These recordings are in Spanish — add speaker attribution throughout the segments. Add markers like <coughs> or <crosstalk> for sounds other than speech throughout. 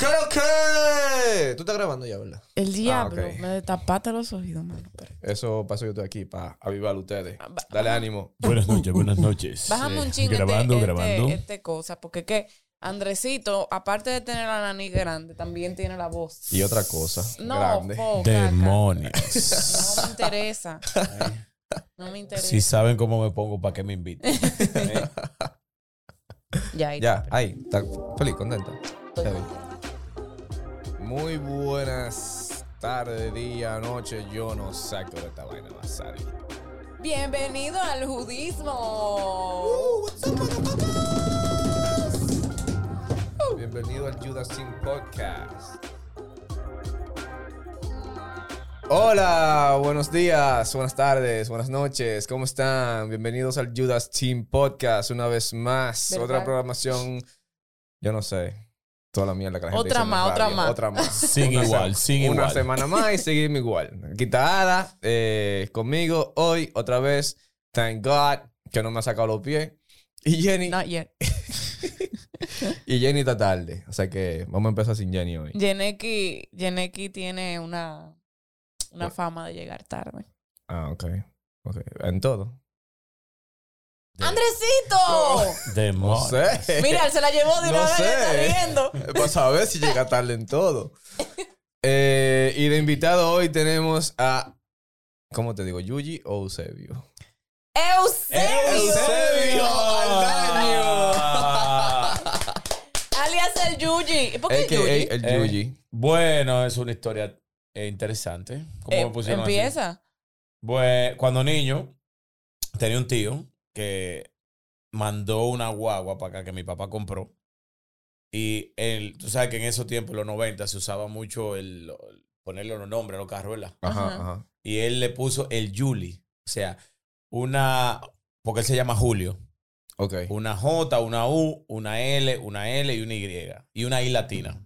Speaker 1: lo que? Tú estás grabando ya, ¿verdad?
Speaker 2: El diablo.
Speaker 1: Ah, ok.
Speaker 2: Me tapaste los oídos, mano. pero-
Speaker 1: Eso pasó yo estoy aquí para avivar ustedes. Dale ánimo.
Speaker 3: Buenas noches, buenas noches.
Speaker 2: Bájame un chingo
Speaker 3: Grabando,
Speaker 2: este,
Speaker 3: grabando.
Speaker 2: Este, este cosa, porque es que Andresito, aparte de tener la nariz grande, también tiene la voz.
Speaker 1: Y otra cosa
Speaker 2: No,
Speaker 1: grande.
Speaker 2: po, caca.
Speaker 3: Demonios.
Speaker 2: No me interesa. No me interesa.
Speaker 3: Si saben cómo me pongo, ¿para qué
Speaker 1: <laughs>
Speaker 3: me invitan?
Speaker 2: Ya, ahí
Speaker 1: Ya,
Speaker 2: está.
Speaker 1: ahí. Está feliz, contenta. Heavy. Muy buenas tardes, día, noche. Yo no saco de esta vaina va a salir.
Speaker 2: Bienvenido al judismo.
Speaker 1: Bienvenido al Judas Sin Podcast. Hola, buenos días, buenas tardes, buenas noches, ¿cómo están? Bienvenidos al Judas Team Podcast una vez más.
Speaker 2: ¿Verdad?
Speaker 1: Otra programación, yo no sé, toda la mierda que la gente
Speaker 2: Otra
Speaker 1: dice en la
Speaker 2: más, otra
Speaker 1: radio.
Speaker 2: más.
Speaker 1: Otra más.
Speaker 3: Sin
Speaker 1: Una
Speaker 3: igual,
Speaker 1: se-
Speaker 3: sin
Speaker 1: Una
Speaker 3: igual.
Speaker 1: semana más y seguimos igual. Quita Ada, eh, conmigo hoy, otra vez, thank God, que no me ha sacado los pies. Y Jenny,
Speaker 2: Not yet.
Speaker 1: y Jenny está tarde, o sea que vamos a empezar sin Jenny hoy.
Speaker 2: Yeneki, Yeneki tiene una, una fama de llegar tarde.
Speaker 1: Ah, ok. Ok. En todo.
Speaker 2: ¡Andresito!
Speaker 1: <laughs> No
Speaker 3: Demonios.
Speaker 1: sé. <laughs>
Speaker 2: Mira, se la llevó de una
Speaker 1: No
Speaker 2: vez,
Speaker 1: sé.
Speaker 2: está riendo.
Speaker 1: Para saber si llega tarde en todo. Eh, y de invitado hoy tenemos a. ¿Cómo te digo? ¿Yuji o Eusebio?
Speaker 2: Eusebio,
Speaker 1: ¡Eusebio
Speaker 2: alias el Yuji. ¿Por qué
Speaker 1: AKA
Speaker 2: Yuji?
Speaker 1: el
Speaker 3: Eh,
Speaker 1: Yuji.
Speaker 3: Bueno, es una historia eh, interesante. ¿Cómo
Speaker 2: Eh,
Speaker 3: me pusieron así?
Speaker 2: empieza.
Speaker 3: Pues cuando niño, tenía un tío que mandó una guagua para acá que mi papá compró. Y él, tú sabes que en esos tiempos, en los 90, se usaba mucho el, el ponerle los nombres a los carros, ¿verdad?
Speaker 1: Ajá,
Speaker 2: Ajá.
Speaker 1: ajá.
Speaker 3: Y él le puso el Juli. O sea, una. Porque él se llama Julio.
Speaker 1: Ok.
Speaker 3: Una J, una U, una L, una L y una Y. Y una I latina.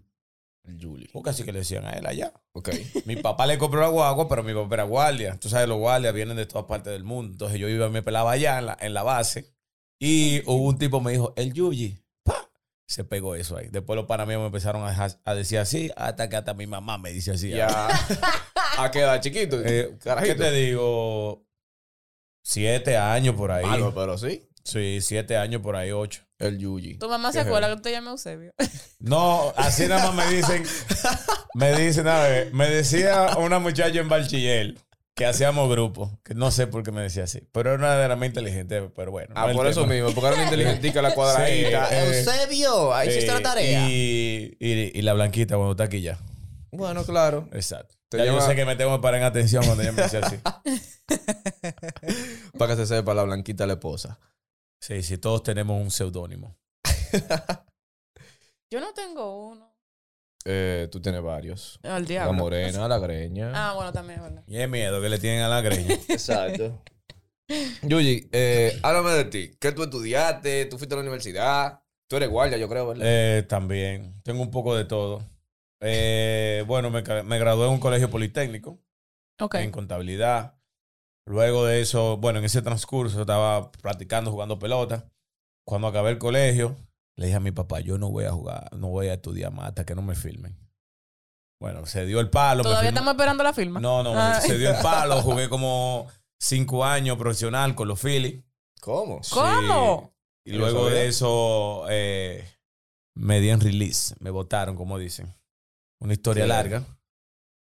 Speaker 1: El Yuli.
Speaker 3: Porque así que le decían a él allá. <laughs>
Speaker 1: Ok.
Speaker 3: Mi papá le compró la guagua, pero mi papá era guardia. Tú sabes, los guardias vienen de todas partes del mundo. Entonces yo iba y me pelaba allá en la, en la base. Y hubo un tipo que me dijo, el Yuji. ¡Pa! Se pegó eso ahí. Después los panameños me empezaron a, dejar- a decir así, hasta que hasta mi mamá me dice así.
Speaker 1: Ya. <laughs> ¿A qué edad, chiquito?
Speaker 3: Eh, ¿Qué
Speaker 1: Carajito.
Speaker 3: te digo? Siete años por ahí.
Speaker 1: Malo, pero sí.
Speaker 3: Sí, siete años por ahí, ocho.
Speaker 1: El Yuji.
Speaker 2: Tu mamá se
Speaker 1: Qué
Speaker 2: acuerda que tú te llamas Eusebio. <laughs>
Speaker 3: No, así nada más me dicen, me dicen, a ver, me decía una muchacha en bachiller que hacíamos grupo, que no sé por qué me decía así, pero era una de las más inteligentes, pero bueno. no
Speaker 1: Ah,
Speaker 3: es el
Speaker 1: por eso
Speaker 3: tema.
Speaker 1: mismo, porque era <laughs> una inteligentica la cuadradita.
Speaker 3: Sí, eh,
Speaker 1: Eusebio, ahí hiciste la
Speaker 3: Eh,
Speaker 1: tarea.
Speaker 3: Y, y- y la blanquita cuando está aquí ya.
Speaker 1: Bueno, claro.
Speaker 3: Exacto.
Speaker 1: Te
Speaker 3: Ya yo
Speaker 1: llama-
Speaker 3: sé que me tengo que parar en atención cuando ella me dice así.
Speaker 1: Para que se sepa la blanquita la esposa.
Speaker 3: Sí, sí, todos tenemos un seudónimo.
Speaker 2: Yo no tengo uno.
Speaker 1: Eh, tú tienes varios.
Speaker 2: Al
Speaker 1: La
Speaker 2: diablo.
Speaker 1: morena, la greña.
Speaker 2: Ah, bueno, también es verdad.
Speaker 3: Y es miedo que le tienen a la greña.
Speaker 1: <laughs> Exacto. Yuji, eh, háblame de ti. ¿Qué tú estudiaste? ¿Tú fuiste a la universidad? Tú eres guardia, yo creo, ¿verdad?
Speaker 3: Eh, también. Tengo un poco de todo. Eh, <laughs> bueno, me, ca- me gradué en un colegio politécnico
Speaker 2: Ok.
Speaker 3: en contabilidad. Luego de eso, bueno, en ese transcurso estaba practicando, jugando pelota. Cuando acabé el colegio, le dije a mi papá, yo no voy a jugar, no voy a estudiar más hasta que no me filmen. Bueno, se dio el palo. me
Speaker 2: Todavía
Speaker 3: firmó-
Speaker 2: estamos esperando la firma.
Speaker 3: No, no,
Speaker 2: Ah.
Speaker 3: se dio
Speaker 2: <laughs>
Speaker 3: el palo. Jugué como cinco años profesional con los Phillies.
Speaker 1: ¿Cómo?
Speaker 2: ¿Cómo?
Speaker 3: Y
Speaker 1: Yo
Speaker 3: luego
Speaker 1: sabía.
Speaker 3: de eso eh, me di en release, me votaron, como dicen. Una historia
Speaker 1: Sí.
Speaker 3: larga,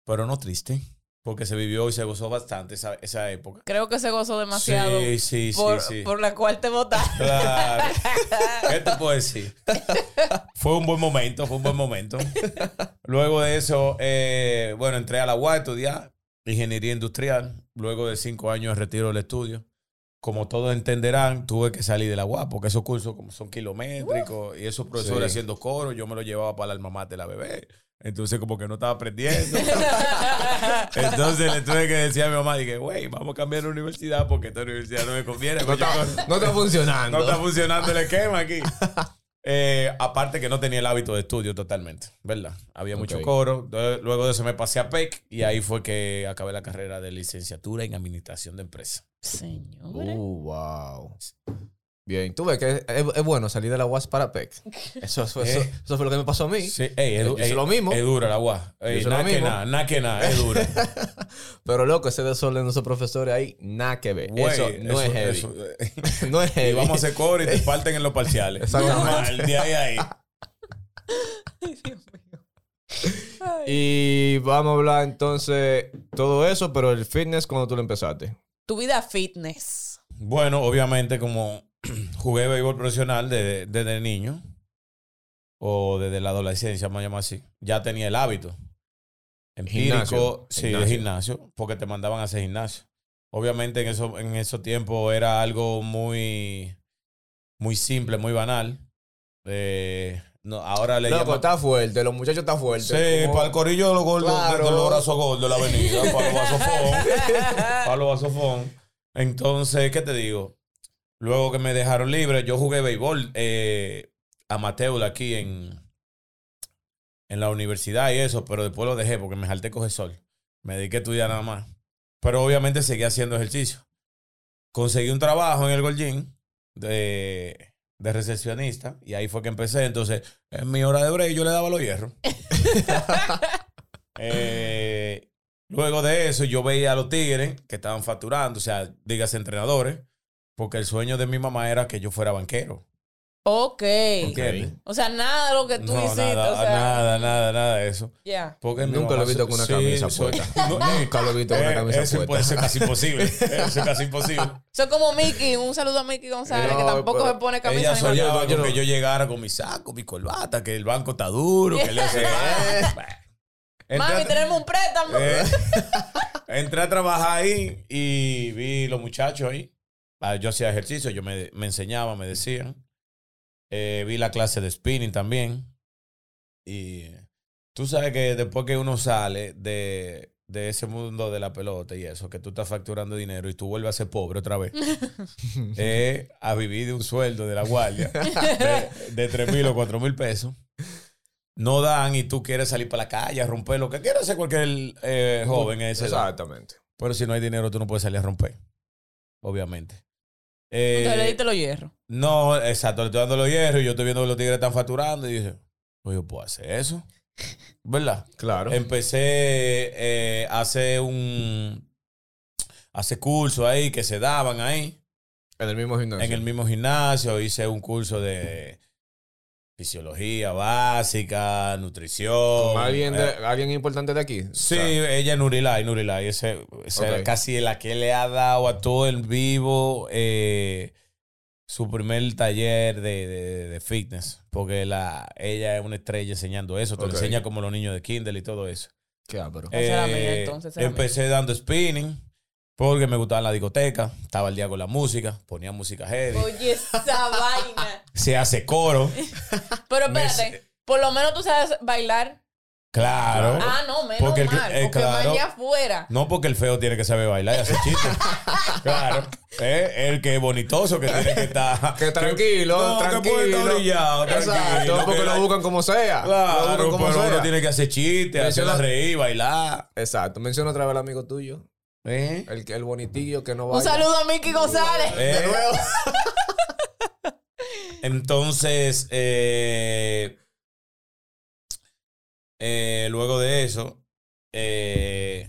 Speaker 3: pero no triste, porque se vivió y se gozó bastante esa, esa época.
Speaker 2: Creo que se gozó demasiado
Speaker 3: Sí, sí, sí,
Speaker 2: por,
Speaker 3: sí.
Speaker 2: por la cual te
Speaker 3: <laughs>
Speaker 2: votaron.
Speaker 3: Claro. ¿Qué te puedo decir? Fue un buen momento, fue un buen momento. Luego de eso, eh, bueno, entré a la UAS a estudiar ingeniería industrial. Luego de cinco años de retiro del estudio. Como todos entenderán, tuve que salir de la UAS porque esos cursos como son kilométricos y esos profesores
Speaker 1: Sí.
Speaker 3: haciendo coro, yo me los llevaba para el mamá de la bebé. Entonces como que no estaba aprendiendo. Entonces le tuve que decir a mi mamá, dije, güey, vamos a cambiar de universidad porque esta universidad no me conviene.
Speaker 1: No está, no está funcionando.
Speaker 3: No
Speaker 1: <laughs>
Speaker 3: está funcionando el esquema aquí. Eh, aparte que no tenía el hábito de estudio totalmente, ¿verdad? Había mucho
Speaker 1: Ok.
Speaker 3: coro. De- Luego de eso me pasé a PEC y ahí fue que acabé la Uh. carrera de licenciatura en administración de empresa.
Speaker 2: Señores.
Speaker 1: Uh, wow. Bien, tú ves que es, es- es bueno salir de la UAS para PEC. <laughs> Eso, eso, eso-
Speaker 3: Eh.
Speaker 1: eso fue lo que me pasó a mí.
Speaker 3: Sí, ey, es,
Speaker 1: Yo
Speaker 3: du-
Speaker 1: hice
Speaker 3: ey,
Speaker 1: lo mismo.
Speaker 3: Es dura la guá. Ey,
Speaker 1: hice lo
Speaker 3: Nada que
Speaker 1: mismo.
Speaker 3: nada, nada que nada, es
Speaker 1: <laughs>
Speaker 3: dura.
Speaker 1: Pero loco, ese desorden de nuestros profesores ahí, nada que ver.
Speaker 3: Güey,
Speaker 1: eso no es heavy.
Speaker 3: eso,
Speaker 1: <laughs>
Speaker 3: eh,
Speaker 1: No es
Speaker 3: y
Speaker 1: heavy.
Speaker 3: vamos a hacer cobre y te faltan en los parciales.
Speaker 1: Exactamente.
Speaker 3: Normal, de ahí a ahí.
Speaker 2: Ay, Dios mío.
Speaker 3: <laughs>
Speaker 2: Ay.
Speaker 1: <laughs> Y vamos a hablar entonces todo eso, pero el fitness cuando tú lo empezaste.
Speaker 2: Tu vida
Speaker 3: <laughs>
Speaker 2: fitness.
Speaker 3: Bueno, obviamente, como <clears throat> jugué béisbol profesional desde, desde niño o desde la adolescencia, vamos a llamar así, ya tenía el hábito empírico,
Speaker 1: Gimnasio.
Speaker 3: sí, de
Speaker 1: Gimnasio.
Speaker 3: gimnasio, porque te mandaban a hacer gimnasio. Obviamente, en eso, en esos tiempos era algo muy, muy simple, muy banal. Eh, no, ahora le
Speaker 1: Loco,
Speaker 3: llaman-
Speaker 1: está fuerte, los muchachos están fuertes.
Speaker 3: Sí,
Speaker 1: Como-
Speaker 3: para el corillo de los gordos,
Speaker 1: Claro.
Speaker 3: de los brazos gordos de la avenida, para
Speaker 1: <laughs>
Speaker 3: los vasofón, para los vasofón. Entonces, ¿qué te digo? Luego que me dejaron libre, yo jugué béisbol eh, amateur aquí en, en la universidad y eso, pero después lo dejé porque me jalté coger sol. Me dediqué a estudiar nada más. Pero obviamente seguí haciendo ejercicio. Conseguí un trabajo en el Golgin de, de recepcionista y ahí fue que empecé. Entonces, en mi hora de break yo le daba los hierros. Eh, luego de eso, yo veía a los tigres que estaban facturando, o sea, dígase entrenadores, porque el sueño de mi mamá era que yo fuera banquero.
Speaker 2: Ok.
Speaker 3: ¿Entiendes?
Speaker 2: O sea, nada de lo que tú
Speaker 3: No,
Speaker 2: hiciste.
Speaker 3: nada,
Speaker 2: o sea,
Speaker 3: nada, nada, nada de eso.
Speaker 2: Ya.
Speaker 3: Porque mi
Speaker 1: Nunca lo
Speaker 3: mamá
Speaker 1: he visto
Speaker 3: so-
Speaker 1: con una
Speaker 3: sí,
Speaker 1: camisa
Speaker 3: soy-
Speaker 1: puesta.
Speaker 3: <laughs> No,
Speaker 1: Nunca lo he visto con una
Speaker 3: eh,
Speaker 1: camisa
Speaker 3: eso
Speaker 1: puesta.
Speaker 3: puede ser casi
Speaker 1: <laughs>
Speaker 3: imposible. Eso es casi imposible.
Speaker 2: Eso es como Mickey, un saludo a Mickey González,
Speaker 1: No,
Speaker 2: que tampoco
Speaker 1: pero
Speaker 2: se pone camisa
Speaker 3: Ella
Speaker 2: ni nada.
Speaker 3: soñaba
Speaker 1: yo- yo
Speaker 3: con que
Speaker 1: no-
Speaker 3: yo llegara con mi saco, mi corbata, que el banco está duro, que le
Speaker 2: <laughs>
Speaker 3: hace.
Speaker 1: <laughs>
Speaker 2: Mami,
Speaker 3: Entonces-
Speaker 2: tenemos un préstamo.
Speaker 3: Eh, <laughs> entré a trabajar ahí y vi los muchachos ahí. Ah, Yo hacía ejercicio, yo me, me enseñaba, me decían. Eh, vi la clase de spinning también. Y tú sabes que después que uno sale de, de ese mundo de la pelota y eso, que tú estás facturando dinero y tú vuelves a ser pobre otra vez, eh, a vivir de un sueldo de la guardia de, de 3 mil o 4 mil pesos. No dan y tú quieres salir para la calle a romper lo que quiera hacer cualquier eh, joven en esa edad.
Speaker 1: Exactamente.
Speaker 3: Pero si no hay dinero, tú no puedes salir a romper. Obviamente. Eh,
Speaker 2: Entonces le diste los hierros.
Speaker 3: no, exacto, le estoy dando los hierros y yo estoy viendo que los tigres están facturando y dije, pues yo puedo hacer
Speaker 1: <laughs>
Speaker 3: eso. ¿Verdad?
Speaker 1: Claro.
Speaker 3: Empecé eh, a hacer un. Hace cursos ahí que se daban ahí.
Speaker 1: En el mismo gimnasio.
Speaker 3: En el mismo gimnasio hice un curso de fisiología básica, nutrición.
Speaker 1: Con alguien, de-
Speaker 3: eh,
Speaker 1: alguien importante de aquí.
Speaker 3: Sí,
Speaker 1: O sea,
Speaker 3: ella es Nurilay, Nurilay. Ese, esa
Speaker 1: Ok.
Speaker 3: casi la que le ha dado a todo el vivo eh, su primer taller de, de- de fitness. Porque la, ella es una estrella enseñando eso. Te
Speaker 1: Ok.
Speaker 3: lo enseña como los niños de Kindle y todo eso.
Speaker 1: qué ápero.
Speaker 3: Eh,
Speaker 2: Esa era la mía, entonces, esa era la mía.
Speaker 3: empecé dando spinning porque me gustaba la discoteca. Estaba al día con la música, ponía música heavy.
Speaker 2: Oye, esa vaina.
Speaker 3: Se hace coro.
Speaker 2: Pero
Speaker 3: Me-
Speaker 2: espérate, por lo menos tú sabes bailar.
Speaker 3: Claro.
Speaker 2: Ah, no, menos
Speaker 3: Porque el-
Speaker 2: mal.
Speaker 3: eh,
Speaker 2: porque
Speaker 3: claro.
Speaker 2: vaya afuera.
Speaker 3: No porque el feo tiene que saber bailar y hacer chistes.
Speaker 1: <laughs>
Speaker 3: claro. Eh, El que es bonitoso, que tiene que estar.
Speaker 1: <laughs> Que tranquilo,
Speaker 3: No, Que puede estar
Speaker 1: tranquilo.
Speaker 3: orillado, tranquilo,
Speaker 1: Exacto, porque
Speaker 3: que la-
Speaker 1: lo buscan como sea. lo
Speaker 3: Claro,
Speaker 1: buscan como
Speaker 3: pero uno
Speaker 1: sea.
Speaker 3: tiene que hacer chistes,
Speaker 1: Menciona-
Speaker 3: hacerla reír, bailar.
Speaker 1: Exacto. Menciona otra vez al amigo tuyo.
Speaker 3: ¿Eh?
Speaker 1: El, que- el bonitillo que no va
Speaker 2: Un saludo a Mickey González.
Speaker 3: Eh, <laughs> Entonces, eh, eh, luego de eso, eh,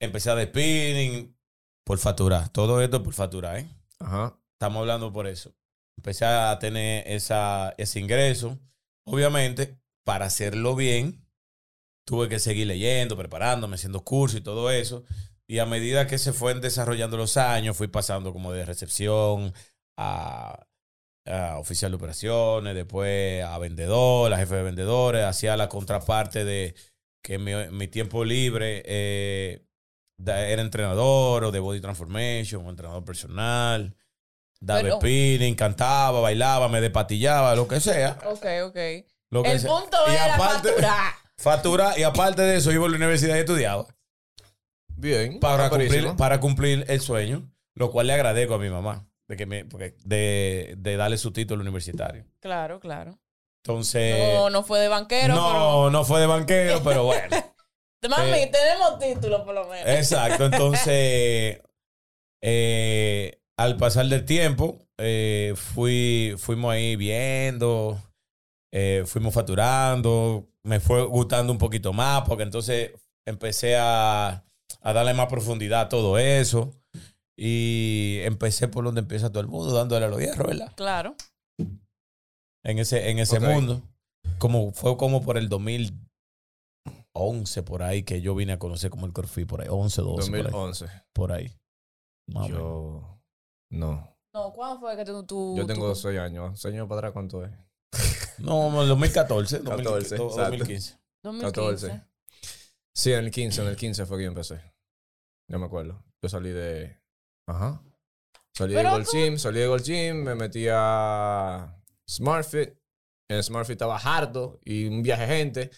Speaker 3: empecé a de spinning por facturar. Todo esto por facturar, ¿eh?
Speaker 1: Ajá.
Speaker 3: Estamos hablando por eso. Empecé a tener esa, ese ingreso. Obviamente, para hacerlo bien, tuve que seguir leyendo, preparándome, haciendo cursos y todo eso. Y a medida que se fueron desarrollando los años, fui pasando como de recepción a, a oficial de operaciones, después a vendedor, a jefe de vendedores, hacía la contraparte de que mi, mi tiempo libre eh, da- era entrenador o de body transformation o entrenador personal. Daba
Speaker 2: Pero-
Speaker 3: spinning, cantaba, bailaba, me despatillaba, lo que sea.
Speaker 2: Ok, ok.
Speaker 3: Lo que
Speaker 2: El
Speaker 3: sea.
Speaker 2: punto
Speaker 3: Y
Speaker 2: era
Speaker 3: aparte-
Speaker 2: facturar.
Speaker 3: <laughs> Factura, y aparte de eso, iba a la universidad y estudiaba
Speaker 1: Bien.
Speaker 3: para
Speaker 1: está Ah,
Speaker 3: cumplir,
Speaker 1: buenísimo.
Speaker 3: para cumplir el sueño, lo cual le agradezco a mi mamá de, que me, porque- de, de darle su título universitario.
Speaker 2: Claro, claro.
Speaker 3: Entonces,
Speaker 2: no, no fue de banquero,
Speaker 3: Eh, no, no fue de banquero, pero bueno.
Speaker 2: pero. Mami,
Speaker 3: eh,
Speaker 2: tenemos título por lo menos.
Speaker 3: Exacto, entonces eh, al pasar del tiempo, eh, fui, fuimos ahí viendo, eh, fuimos facturando, me fue gustando un poquito más, porque entonces empecé a, a darle más profundidad a todo eso. Y empecé por donde empieza todo el mundo, dándole a los hierros, ¿verdad?
Speaker 2: Claro.
Speaker 3: En ese, en ese
Speaker 1: Ok.
Speaker 3: mundo. Como, fue como por el 2011, por ahí, que yo vine a conocer como el Corfí, por ahí, 11, 12, por ahí,
Speaker 1: 2011.
Speaker 3: por ahí. Más o menos.
Speaker 1: Yo. No.
Speaker 2: No, ¿cuándo fue que tú... tú-
Speaker 1: Yo tengo
Speaker 2: Uh, tú-
Speaker 1: 12 años. 6 años para atrás, ¿cuánto es?
Speaker 3: No, no, el 2014, 2014
Speaker 1: 14,
Speaker 3: 2015.
Speaker 2: 2015.
Speaker 1: 14. Sí, en el 15. En el 15 fue que yo empecé. Yo me acuerdo. Yo salí de. Ajá. Salí
Speaker 2: Pero
Speaker 1: de Gold
Speaker 2: tú-
Speaker 1: Gym, salí de Gold Gym, me metí a SmartFit. En SmartFit estaba harto y un viaje gente.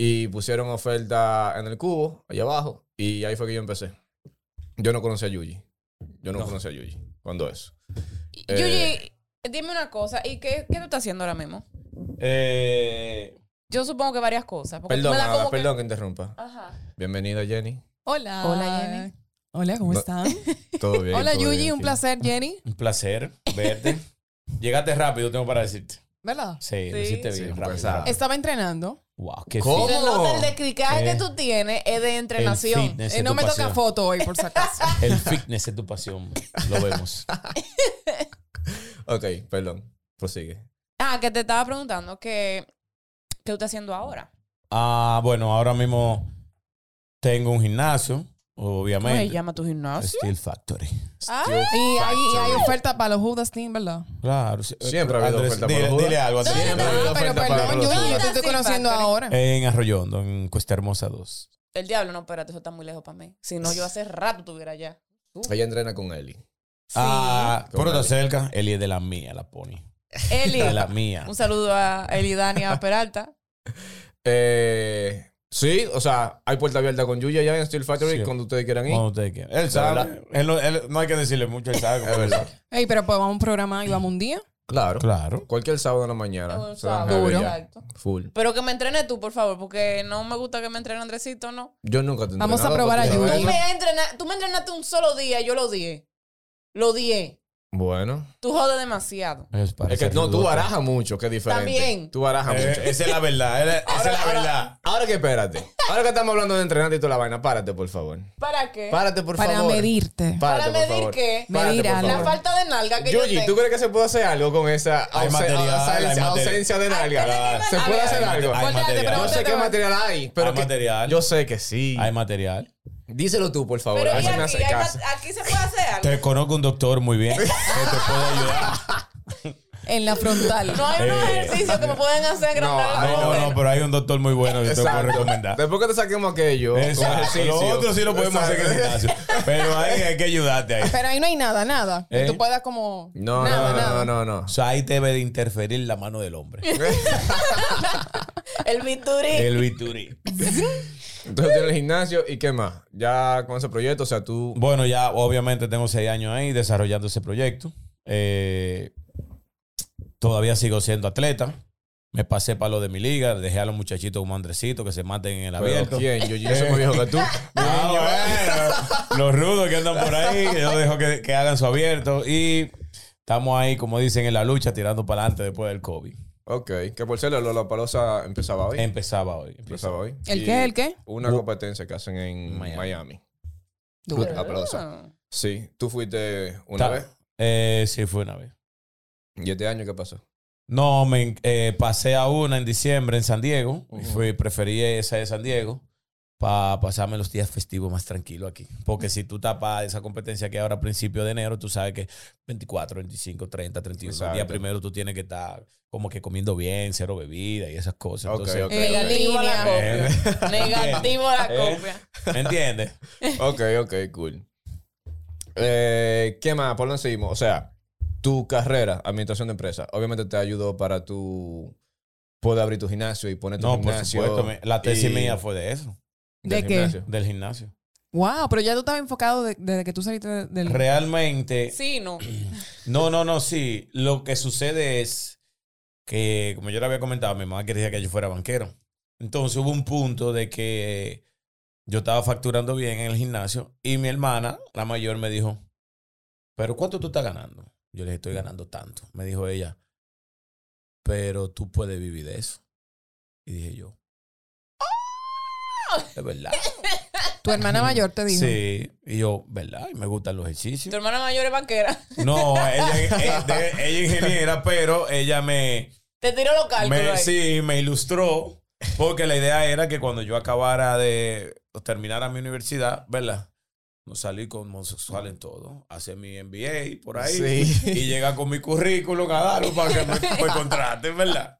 Speaker 1: Y pusieron oferta en el cubo, allá abajo. Y ahí fue que yo empecé. Yo no conocí a Yuji. Yo no,
Speaker 3: No.
Speaker 1: conocí a Yuji. ¿Cuándo es?
Speaker 2: Y-
Speaker 1: Eh.
Speaker 2: Yuji, dime una cosa. ¿Y qué, qué tú estás haciendo ahora mismo?
Speaker 3: Eh,
Speaker 2: Yo supongo que varias cosas. porque tú
Speaker 1: Perdón,
Speaker 2: me das
Speaker 1: Ada,
Speaker 2: como que-
Speaker 1: perdón que interrumpa.
Speaker 2: Ajá.
Speaker 1: Bienvenida, Jenny.
Speaker 4: Hola.
Speaker 2: Hola, Jenny.
Speaker 4: Hola, ¿cómo
Speaker 1: No-
Speaker 4: están?
Speaker 1: <laughs> Todo bien.
Speaker 4: Hola,
Speaker 1: todo
Speaker 4: Yuji,
Speaker 1: bien
Speaker 4: un
Speaker 1: aquí.
Speaker 4: placer, Jenny.
Speaker 3: un placer
Speaker 1: <laughs>
Speaker 3: verte. Llegaste rápido, tengo para decirte.
Speaker 4: ¿Verdad?
Speaker 3: Sí, lo
Speaker 2: Sí.
Speaker 3: hiciste
Speaker 1: Sí,
Speaker 3: bien,
Speaker 1: pues,
Speaker 3: rápido.
Speaker 1: ah.
Speaker 3: rápido.
Speaker 4: Estaba entrenando.
Speaker 3: Wow, qué
Speaker 1: ¿Cómo?
Speaker 3: fit.
Speaker 2: Se nota el descricaje
Speaker 3: Eh.
Speaker 2: que tú tienes es de
Speaker 3: El
Speaker 2: entrenación.
Speaker 3: fitness
Speaker 4: Eh,
Speaker 3: es
Speaker 4: no
Speaker 3: tu
Speaker 4: me toca
Speaker 3: pasión.
Speaker 4: foto hoy, por si acaso.
Speaker 3: El fitness es tu pasión. Lo
Speaker 4: <laughs>
Speaker 3: vemos.
Speaker 1: Ok, perdón. Prosigue.
Speaker 2: Ah, que te estaba preguntando que qué tú estás haciendo ahora.
Speaker 3: Ah, bueno, ahora mismo tengo un gimnasio,
Speaker 2: ¿Cómo se
Speaker 3: obviamente.
Speaker 2: llama tu gimnasio?
Speaker 3: Steel Factory.
Speaker 2: Ah,
Speaker 4: Y hay, y hay oferta para los Judas Team, ¿verdad?
Speaker 3: Claro.
Speaker 1: Siempre ha habido oferta para
Speaker 3: dile,
Speaker 1: jugar.
Speaker 3: dile algo. Andrés.
Speaker 1: Siempre ha habido
Speaker 4: Ah, pero
Speaker 1: oferta para
Speaker 4: perdón,
Speaker 1: los
Speaker 4: Yuji, yo
Speaker 2: Judas
Speaker 4: te estoy
Speaker 2: Team
Speaker 4: conociendo
Speaker 2: Factory.
Speaker 4: ahora.
Speaker 3: En Arroyondo, en Cuesta Hermosa 2.
Speaker 2: el diablo, no, espérate, eso está muy lejos para mí. Si no, yo hace rato estuviera allá.
Speaker 1: Ella entrena con Eli.
Speaker 3: Ah,
Speaker 1: Sí.
Speaker 3: pero está cerca. Eli es de la mía, la pony.
Speaker 2: Eli,
Speaker 3: De la mía.
Speaker 2: un saludo a Elidania
Speaker 3: <laughs>
Speaker 2: Peralta.
Speaker 1: Eh, sí, o sea, hay puerta abierta con Yuya ya en Steel Factory
Speaker 3: Sí.
Speaker 1: cuando ustedes quieran ir.
Speaker 3: Cuando ustedes quieran. Él sabe. Él lo- él- no hay que decirle mucho, él sabe. cómo
Speaker 1: Es
Speaker 3: es.
Speaker 1: verdad.
Speaker 4: Ey, pero pues vamos a un programa y vamos un día.
Speaker 1: Claro.
Speaker 3: Claro.
Speaker 1: Cualquier sábado en la
Speaker 3: Ah,
Speaker 1: mañana.
Speaker 2: Un
Speaker 1: se dan
Speaker 2: sábado,
Speaker 1: heavy ya.
Speaker 2: exacto.
Speaker 1: Full.
Speaker 2: Pero que me entrenes tú, por favor, porque no me gusta que me entrene Andresito, no.
Speaker 1: Yo nunca te he
Speaker 4: Vamos a
Speaker 1: entrenado,
Speaker 4: probar
Speaker 1: pero
Speaker 4: a
Speaker 1: tú
Speaker 4: Yuji.
Speaker 2: Tú
Speaker 1: sabes.
Speaker 2: me, entrena- tú me entrenaste un solo día, yo lo odié. Lo odié.
Speaker 1: Bueno.
Speaker 2: Tú jodes demasiado.
Speaker 3: Es, para
Speaker 1: Es que
Speaker 3: ser
Speaker 1: no, tú
Speaker 3: rudo.
Speaker 1: barajas mucho, que es diferente.
Speaker 2: También.
Speaker 1: Tú barajas mucho.
Speaker 3: Eh, esa es la verdad. él- Esa es la verdad.
Speaker 1: Ahora que espérate. Ahora que estamos hablando de entrenar y toda la vaina, párate, por favor.
Speaker 2: ¿Para qué?
Speaker 1: Párate, por
Speaker 4: para
Speaker 1: favor.
Speaker 4: medirte.
Speaker 1: Párate,
Speaker 2: ¿Para
Speaker 1: por
Speaker 2: medir
Speaker 1: favor.
Speaker 2: qué?
Speaker 1: Párate,
Speaker 4: Medir
Speaker 1: por
Speaker 4: algo.
Speaker 2: La
Speaker 1: favor.
Speaker 2: falta de nalga que yo
Speaker 1: Yuji,
Speaker 2: tengo.
Speaker 1: ¿tú crees que se puede hacer algo con esa
Speaker 3: Hay
Speaker 1: ausen-
Speaker 3: material, hay
Speaker 1: ausencia,
Speaker 3: material.
Speaker 1: ausencia de nalga?
Speaker 2: material.
Speaker 1: ¿Se
Speaker 2: A
Speaker 1: puede
Speaker 2: ver,
Speaker 1: hacer
Speaker 3: hay
Speaker 1: algo?
Speaker 3: material. Hay
Speaker 4: Porque te
Speaker 3: material.
Speaker 1: Yo sé qué
Speaker 4: Hay
Speaker 1: material hay, pero
Speaker 3: Hay
Speaker 1: que-
Speaker 3: material.
Speaker 1: yo sé que sí.
Speaker 3: Hay material.
Speaker 1: Díselo tú, por favor.
Speaker 2: Pero
Speaker 1: a ver
Speaker 2: ¿y
Speaker 1: si me
Speaker 2: aquí,
Speaker 1: hace
Speaker 2: Hay ma-
Speaker 1: caso.
Speaker 2: aquí se puede hacer algo.
Speaker 3: Te conozco un doctor muy bien que te puede ayudar.
Speaker 4: En la frontal.
Speaker 2: No hay unos
Speaker 3: Eh.
Speaker 2: ejercicios que me pueden hacer agrandar
Speaker 1: <laughs> Ay,
Speaker 3: No,
Speaker 2: los
Speaker 3: no, pero hay un doctor muy bueno que te puedo
Speaker 1: Exacto.
Speaker 3: recomendar.
Speaker 1: Después que te saquemos aquello. con
Speaker 3: Exacto.
Speaker 1: ejercicio.
Speaker 3: Lo otro sí lo podemos hacer en el
Speaker 1: Exacto.
Speaker 3: gimnasio. Pero ahí hay que ayudarte
Speaker 4: <laughs>
Speaker 3: ahí.
Speaker 4: Pero ahí no hay nada, nada.
Speaker 3: ¿Eh?
Speaker 4: Que tú puedas como...
Speaker 1: No,
Speaker 4: nada,
Speaker 1: no,
Speaker 4: nada.
Speaker 1: no, no, no.
Speaker 3: O sea, ahí debe de interferir la mano del hombre.
Speaker 2: El bisturí.
Speaker 3: El bisturí.
Speaker 1: Entonces tienes el gimnasio y qué más. Ya con ese proyecto, o sea, tú.
Speaker 3: Bueno, ya obviamente tengo seis años ahí desarrollando ese proyecto. Eh, todavía sigo siendo atleta. Me pasé para lo de mi liga. Dejé a los muchachitos como Andresito que se maten en el
Speaker 1: Pero,
Speaker 3: abierto.
Speaker 1: ¿Quién? Yo, yo soy más viejo que tú.
Speaker 3: Ah, bueno. Los rudos que andan por ahí, yo dejo que, que hagan su abierto. Y estamos ahí, como dicen, en la lucha, tirando para adelante después del COVID.
Speaker 1: Ok, que por cierto, Lola Palosa empezaba hoy.
Speaker 3: Empezaba hoy.
Speaker 1: Empezaba hoy.
Speaker 4: ¿El
Speaker 1: Y
Speaker 4: qué? ¿El qué?
Speaker 1: Una competencia que hacen en
Speaker 3: Miami.
Speaker 1: Miami. ah,
Speaker 4: Duro. Ah.
Speaker 1: La Palosa. Sí, tú fuiste una
Speaker 3: Ta-
Speaker 1: vez.
Speaker 3: Eh, sí, fue una vez.
Speaker 1: ¿Y este año qué
Speaker 4: <laughs>
Speaker 1: pasó?
Speaker 3: No, me en- eh, pasé a una en diciembre en San Diego. Y
Speaker 1: Ujú.
Speaker 3: fui, preferí esa de San Diego para pasarme los días festivos más tranquilo aquí. Porque si tú estás para esa competencia que ahora a principio de enero, tú sabes que 24, 25, 30, 31 días
Speaker 1: Exacto.
Speaker 3: primero tú tienes que estar como que comiendo bien, cero bebida y esas cosas.
Speaker 1: Ok,
Speaker 3: Entonces,
Speaker 1: ok,
Speaker 4: Eh, la
Speaker 1: ok.
Speaker 2: Negativo a la
Speaker 3: Eh.
Speaker 2: copia. <laughs> Negativo a la
Speaker 3: Eh.
Speaker 2: copia.
Speaker 3: ¿me entiendes?
Speaker 1: Ok, ok, cool. Eh, ¿Qué más? ¿Por dónde seguimos? O sea, tu carrera, administración de empresa, obviamente te ayudó para tu poder abrir tu gimnasio y poner tu
Speaker 3: No, por
Speaker 1: gimnasio.
Speaker 3: supuesto. me- la tesis
Speaker 1: y-
Speaker 3: mía fue de eso,
Speaker 1: del
Speaker 4: ¿De qué?
Speaker 1: gimnasio.
Speaker 3: del gimnasio.
Speaker 4: Wow, pero ya tú estabas enfocado de- desde que tú saliste de- del...
Speaker 3: Realmente,
Speaker 2: Sí, no.
Speaker 3: No, no, no, sí. Lo que sucede es que, como yo le había comentado, mi mamá quería que yo fuera banquero. Entonces hubo un punto de que yo estaba facturando bien en el gimnasio y mi hermana, la mayor, me dijo, ¿pero cuánto tú estás ganando? Yo le dije, estoy ganando tanto. Me dijo ella, pero tú puedes vivir de eso. Y dije yo, "Ah, es verdad.
Speaker 4: Tu hermana mayor te dijo.
Speaker 3: Sí, y yo, ¿verdad? Y me gustan los ejercicios.
Speaker 2: Tu hermana mayor es banquera.
Speaker 3: No, ella, ella, de- ella ingeniera, pero ella me,
Speaker 2: Te tiró los cálculos.
Speaker 3: me-
Speaker 2: ahí.
Speaker 3: sí, me ilustró porque la idea era que cuando yo acabara de o terminara mi universidad, ¿verdad? No salir con homosexual en todo, hacer mi MBA por ahí
Speaker 1: Sí.
Speaker 3: y llegar con mi currículum a darlo para que me, me contraten, ¿verdad?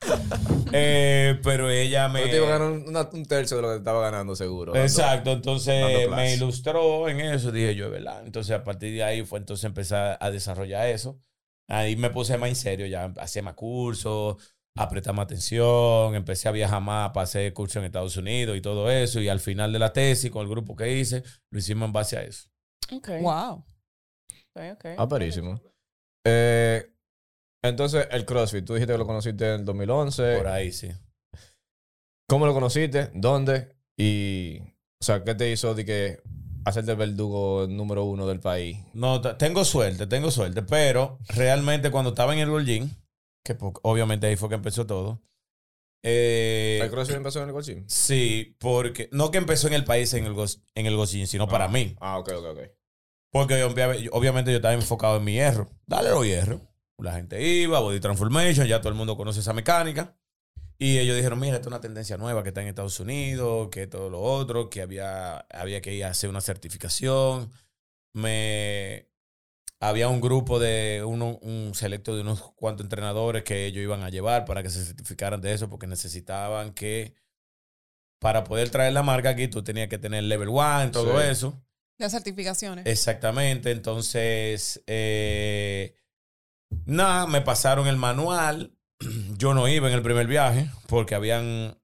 Speaker 3: Eh, pero ella me
Speaker 1: Yo te iba a ganar un, una- un tercio de lo que te estaba ganando seguro. dando-
Speaker 3: Exacto, entonces
Speaker 1: dando clase.
Speaker 3: me ilustró en eso, dije yo, ¿verdad? Entonces a partir de ahí fue entonces empezar a desarrollar eso. Ahí me puse más en serio, ya hacía más cursos, a prestar más atención, empecé a viajar más, pasé cursos en Estados Unidos y todo eso, y al final de la tesis con el grupo que hice, lo hicimos en base a eso.
Speaker 2: Ok,
Speaker 4: Wow.
Speaker 2: ok, ok.
Speaker 1: Ah, parísimo. Eh, entonces, el CrossFit, tú dijiste que lo conociste en el 2011.
Speaker 3: Por ahí, sí.
Speaker 1: ¿Cómo lo conociste? ¿Dónde? Y, o sea, ¿qué te hizo de que hacerte el verdugo número uno del país?
Speaker 3: No, t- tengo suerte, tengo suerte, pero realmente cuando estaba en el Golgin, que po- obviamente ahí fue que empezó todo, eh,
Speaker 1: ¿El CrossFit empezó en el coaching?
Speaker 3: Sí, porque no que empezó en el país en el Gos- en el Gosin, sino para mí,
Speaker 1: Ah, ok, ok, ok.
Speaker 3: porque obvia- yo- obviamente yo estaba enfocado en mi hierro. Dale los hierros. La gente iba, Body Transformation, ya todo el mundo conoce esa mecánica. Y ellos dijeron, mira, esta es una tendencia nueva que está en Estados Unidos, que todo lo otro, que había, había que ir a hacer una certificación. Me, había un grupo de uno, un selecto de unos cuantos entrenadores que ellos iban a llevar para que se certificaran de eso, porque necesitaban que, para poder traer la marca aquí, tú tenías que tener level one, todo
Speaker 1: Sí.
Speaker 3: eso.
Speaker 4: Las certificaciones.
Speaker 3: Eh, Exactamente, entonces, eh, nada, me pasaron el manual. <clears throat> Yo no iba en el primer viaje porque habían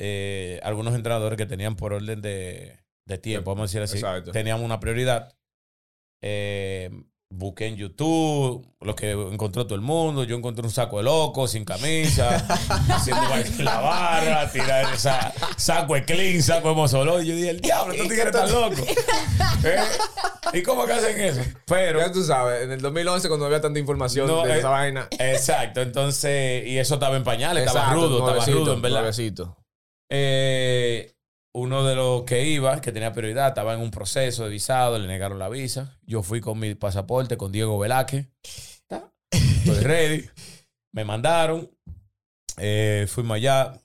Speaker 3: eh, algunos entrenadores que tenían por orden de, de tiempo, vamos a decir así.
Speaker 1: Exacto.
Speaker 3: Teníamos una prioridad. Eh, busqué en YouTube lo que encontró todo el mundo. Yo encontré un saco de loco,
Speaker 1: <laughs>
Speaker 3: sin camisa, haciendo la barra, tirar o sea, saco de clean, saco de mozolón. Y yo dije, el diablo, estos tigres están locos.
Speaker 1: <laughs>
Speaker 3: ¿Eh? ¿Y cómo que hacen eso? Pero,
Speaker 1: Pero ya tú sabes, en el 2011 cuando no había tanta información
Speaker 3: No,
Speaker 1: de
Speaker 3: eh,
Speaker 1: esa vaina.
Speaker 3: exacto, entonces, y eso estaba en pañales, estaba
Speaker 1: Exacto,
Speaker 3: rudo, estaba
Speaker 1: nuevecito,
Speaker 3: rudo, en verdad.
Speaker 1: nuevecito.
Speaker 3: Eh, uno de los que iba, que tenía prioridad, estaba en un proceso de visado, le negaron la visa. Yo fui con mi pasaporte, con Diego Velázquez. Ta, Estoy ready. Me mandaron. Eh, fuimos allá.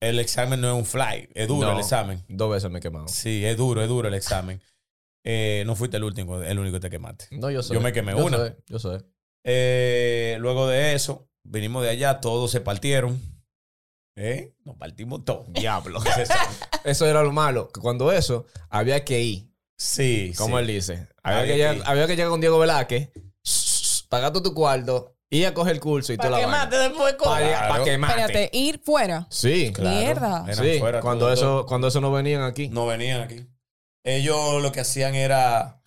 Speaker 3: El examen no es un fly, es duro
Speaker 1: No.
Speaker 3: el examen.
Speaker 1: Dos veces me he quemado.
Speaker 3: Sí, es duro, es duro el examen. Eh, no fuiste el último, el único que te quemaste.
Speaker 1: No, yo soy.
Speaker 3: Yo me quemé
Speaker 1: Yo
Speaker 3: una.
Speaker 1: soy, yo soy.
Speaker 3: Eh, luego de eso, vinimos de allá, todos se partieron. ¿Eh? Nos partimos todos. <laughs>
Speaker 1: Diablo.
Speaker 3: ¿Qué es eso?
Speaker 1: Eso era lo malo. que Cuando eso, había que ir.
Speaker 3: Sí,
Speaker 1: Como
Speaker 3: sí.
Speaker 1: él dice. Había,
Speaker 3: Había
Speaker 1: que
Speaker 3: que
Speaker 1: llegar,
Speaker 3: ir.
Speaker 1: había que llegar con Diego Velázquez, pagar todo tu cuarto, ir a coger el curso y toda
Speaker 2: Para
Speaker 1: la
Speaker 2: que
Speaker 1: vaina.
Speaker 2: mate después con.
Speaker 1: Para,
Speaker 3: Claro.
Speaker 1: quemarte.
Speaker 4: Espérate, ir fuera.
Speaker 1: Sí.
Speaker 3: Claro,
Speaker 4: Mierda.
Speaker 3: eran
Speaker 1: Sí,
Speaker 3: fuera
Speaker 1: cuando
Speaker 3: todo,
Speaker 1: eso,
Speaker 3: todo.
Speaker 1: cuando eso no venían aquí.
Speaker 3: No venían aquí. Ellos lo que hacían era.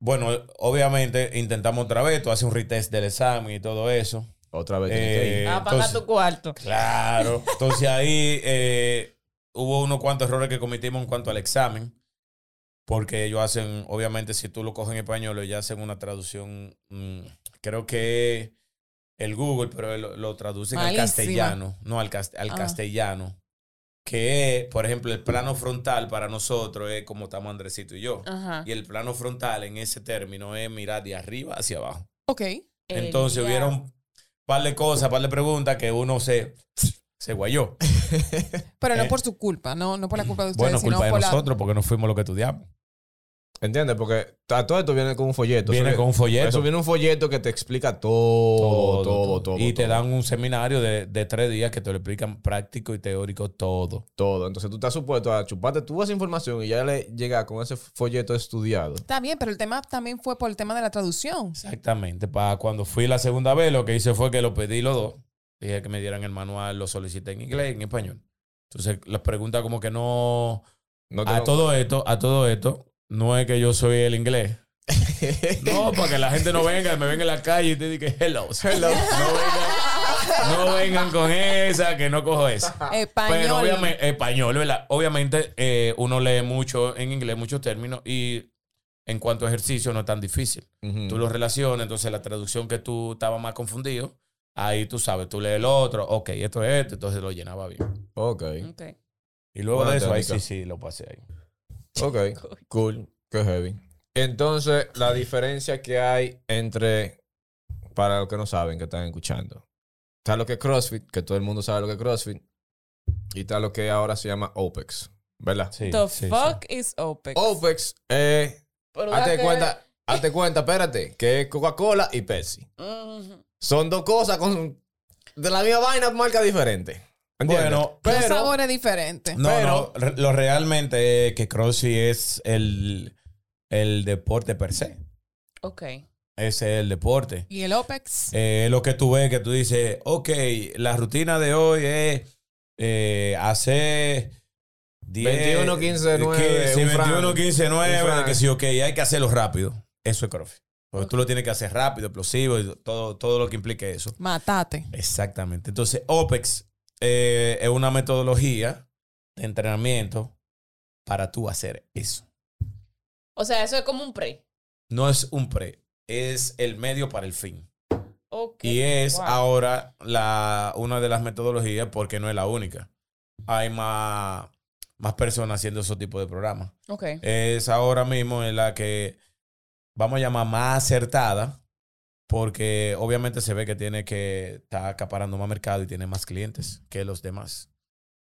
Speaker 3: Bueno, obviamente intentamos otra vez, tú haces un retest del examen y todo eso.
Speaker 1: Otra vez. tienen que ir.
Speaker 3: Eh,
Speaker 2: Ah, pagar
Speaker 3: entonces-
Speaker 2: tu cuarto.
Speaker 3: Claro. Entonces ahí eh, hubo unos cuantos errores que cometimos en cuanto al examen. Porque ellos hacen, obviamente, si tú lo coges en español, ellos hacen una traducción. mm, creo que el Google, pero lo, lo traducen
Speaker 4: Malísima.
Speaker 3: al castellano. No, al, cas- al
Speaker 4: Ah.
Speaker 3: castellano. Que es, por ejemplo, el plano frontal para nosotros es como estamos Andresito y
Speaker 4: Ah.
Speaker 3: yo.
Speaker 2: Ajá.
Speaker 3: Y el plano frontal en ese término es mirar de arriba hacia abajo.
Speaker 4: Ok.
Speaker 3: Entonces
Speaker 2: El
Speaker 3: hubieron un par de cosas, par de preguntas que uno se, se
Speaker 4: <laughs>
Speaker 3: guayó.
Speaker 4: Pero no
Speaker 3: Eh.
Speaker 4: por su culpa, no, no por la culpa de ustedes,
Speaker 3: Bueno, culpa
Speaker 4: sino
Speaker 3: de
Speaker 4: por
Speaker 3: nosotros porque no fuimos lo que estudiamos.
Speaker 1: ¿Entiendes? Porque a todo esto viene con un folleto.
Speaker 3: Viene
Speaker 1: Eso-
Speaker 3: con un folleto.
Speaker 1: Eso viene un folleto que te explica todo, todo, todo.
Speaker 3: y te
Speaker 1: todo,
Speaker 3: dan un seminario de, de tres días que te lo explican práctico y teórico todo.
Speaker 1: todo. Entonces tú estás supuesto a chuparte toda esa información y ya le llega con ese folleto estudiado.
Speaker 4: la... Está bien, pero el tema también fue por el tema de la traducción.
Speaker 3: Exactamente. Para cuando fui la segunda vez, lo que hice fue que lo pedí los dos. Dije que me dieran el manual, lo solicité en inglés y en español. Entonces, las preguntas como que no.
Speaker 1: No te
Speaker 3: A
Speaker 1: lo-
Speaker 3: todo esto, a todo esto, no es que yo soy el inglés. <laughs> No, para que la gente no venga, me venga en la calle y te diga hello. hello. No, vengan, no vengan con esa, que no cojo esa.
Speaker 4: Español.
Speaker 3: Pero obviamente, español, ¿verdad? Obviamente eh, uno lee mucho en inglés, muchos términos, y en cuanto a ejercicio no es tan difícil.
Speaker 1: Ujú.
Speaker 3: Tú lo relacionas, entonces la traducción que tú estabas más confundido, ahí tú sabes, tú lees el otro, ok, esto es esto, entonces lo llenaba bien.
Speaker 1: Ok.
Speaker 2: Ok.
Speaker 3: Y luego
Speaker 1: Buena
Speaker 3: de eso, ahí sí,
Speaker 1: técnica.
Speaker 3: sí, lo pasé ahí.
Speaker 1: Ok. Cool. Qué heavy. Entonces, la diferencia que hay entre. Para los que no saben, que están escuchando. Está lo que es CrossFit, que todo el mundo sabe lo que es CrossFit. Y está lo que ahora se llama OPEX. ¿Verdad?
Speaker 3: Sí,
Speaker 2: The
Speaker 3: sí, sí.
Speaker 2: fuck is OPEX.
Speaker 1: OPEX es.
Speaker 2: Pero da
Speaker 1: Hazte
Speaker 2: que-
Speaker 1: cuenta, hazte cuenta, espérate, que es Coca-Cola y Pepsi.
Speaker 2: Ujú.
Speaker 1: Son dos cosas con. De la misma vaina, marca diferente. ¿Entiendes?
Speaker 3: Bueno,
Speaker 4: Pero, el sabor es diferente.
Speaker 3: No,
Speaker 1: Pero-
Speaker 3: no, re- lo realmente es que CrossFit es el, el deporte per se.
Speaker 2: Ok.
Speaker 3: Ese es el deporte.
Speaker 4: Y el OPEX.
Speaker 3: Eh, lo que tú ves, que tú dices, ok, la rutina de hoy es eh, hacer eh, 10,
Speaker 1: 21, 15, 9,
Speaker 3: 15,
Speaker 1: un
Speaker 3: 21,
Speaker 1: franc,
Speaker 3: 15, 9,
Speaker 1: un franc.
Speaker 3: que sí, ok, hay que hacerlo rápido. Eso es CrossFit. Porque tú lo tienes que hacer rápido, explosivo, y todo, todo lo que implique eso.
Speaker 4: Matate.
Speaker 3: Exactamente. Entonces, OPEX eh, es una metodología de entrenamiento para tú hacer eso.
Speaker 2: O sea, eso es como un pre.
Speaker 3: No es un pre, es el medio para el fin.
Speaker 2: Ok.
Speaker 3: Y es
Speaker 2: Wow.
Speaker 3: ahora la, una de las metodologías porque no es la única. Hay más, más personas haciendo esos tipos de programas.
Speaker 2: Ok.
Speaker 3: Es ahora mismo en la que vamos a llamar más acertada porque obviamente se ve que tiene que estar acaparando más mercado y tiene más clientes que los demás.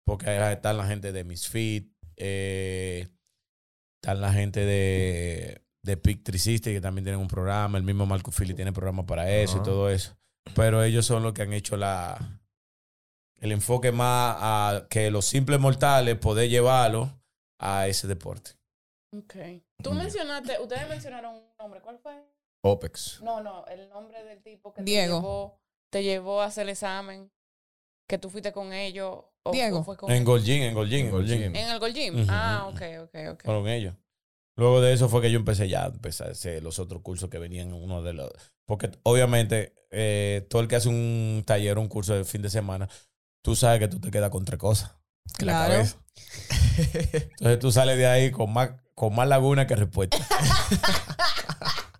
Speaker 3: Porque ahí están la gente de Misfit, eh, están la gente de, de Pic 360 que también tienen un programa, el mismo Marco Fili tiene programa para eso
Speaker 1: Ajá.
Speaker 3: y todo eso. Pero ellos son los que han hecho la el enfoque más a que los simples mortales poder llevarlo a ese deporte.
Speaker 2: Ok.
Speaker 3: Mm.
Speaker 2: Tú mencionaste, ustedes mencionaron un nombre. ¿Cuál fue?
Speaker 1: OPEX.
Speaker 2: No, no, el nombre del tipo que
Speaker 4: Diego.
Speaker 2: Te, llevó, te llevó a hacer el examen, que tú fuiste con ellos. O,
Speaker 4: Diego.
Speaker 2: o fue con
Speaker 3: En Golgin, en Golgin, en
Speaker 1: En Gold
Speaker 3: Golgin.
Speaker 1: Gym.
Speaker 2: en el Gold Gym.
Speaker 3: Ujú.
Speaker 2: Ah, ok, ok, ok.
Speaker 3: fueron ellos. Luego de eso fue que yo empecé ya, empecé a hacer los otros cursos que venían uno de los... Porque obviamente eh, todo el que hace un taller, un curso de fin de semana, tú sabes que tú te quedas con tres cosas. en la
Speaker 4: Claro.
Speaker 3: cabeza. Entonces tú sales de ahí con más, con más laguna que respuesta.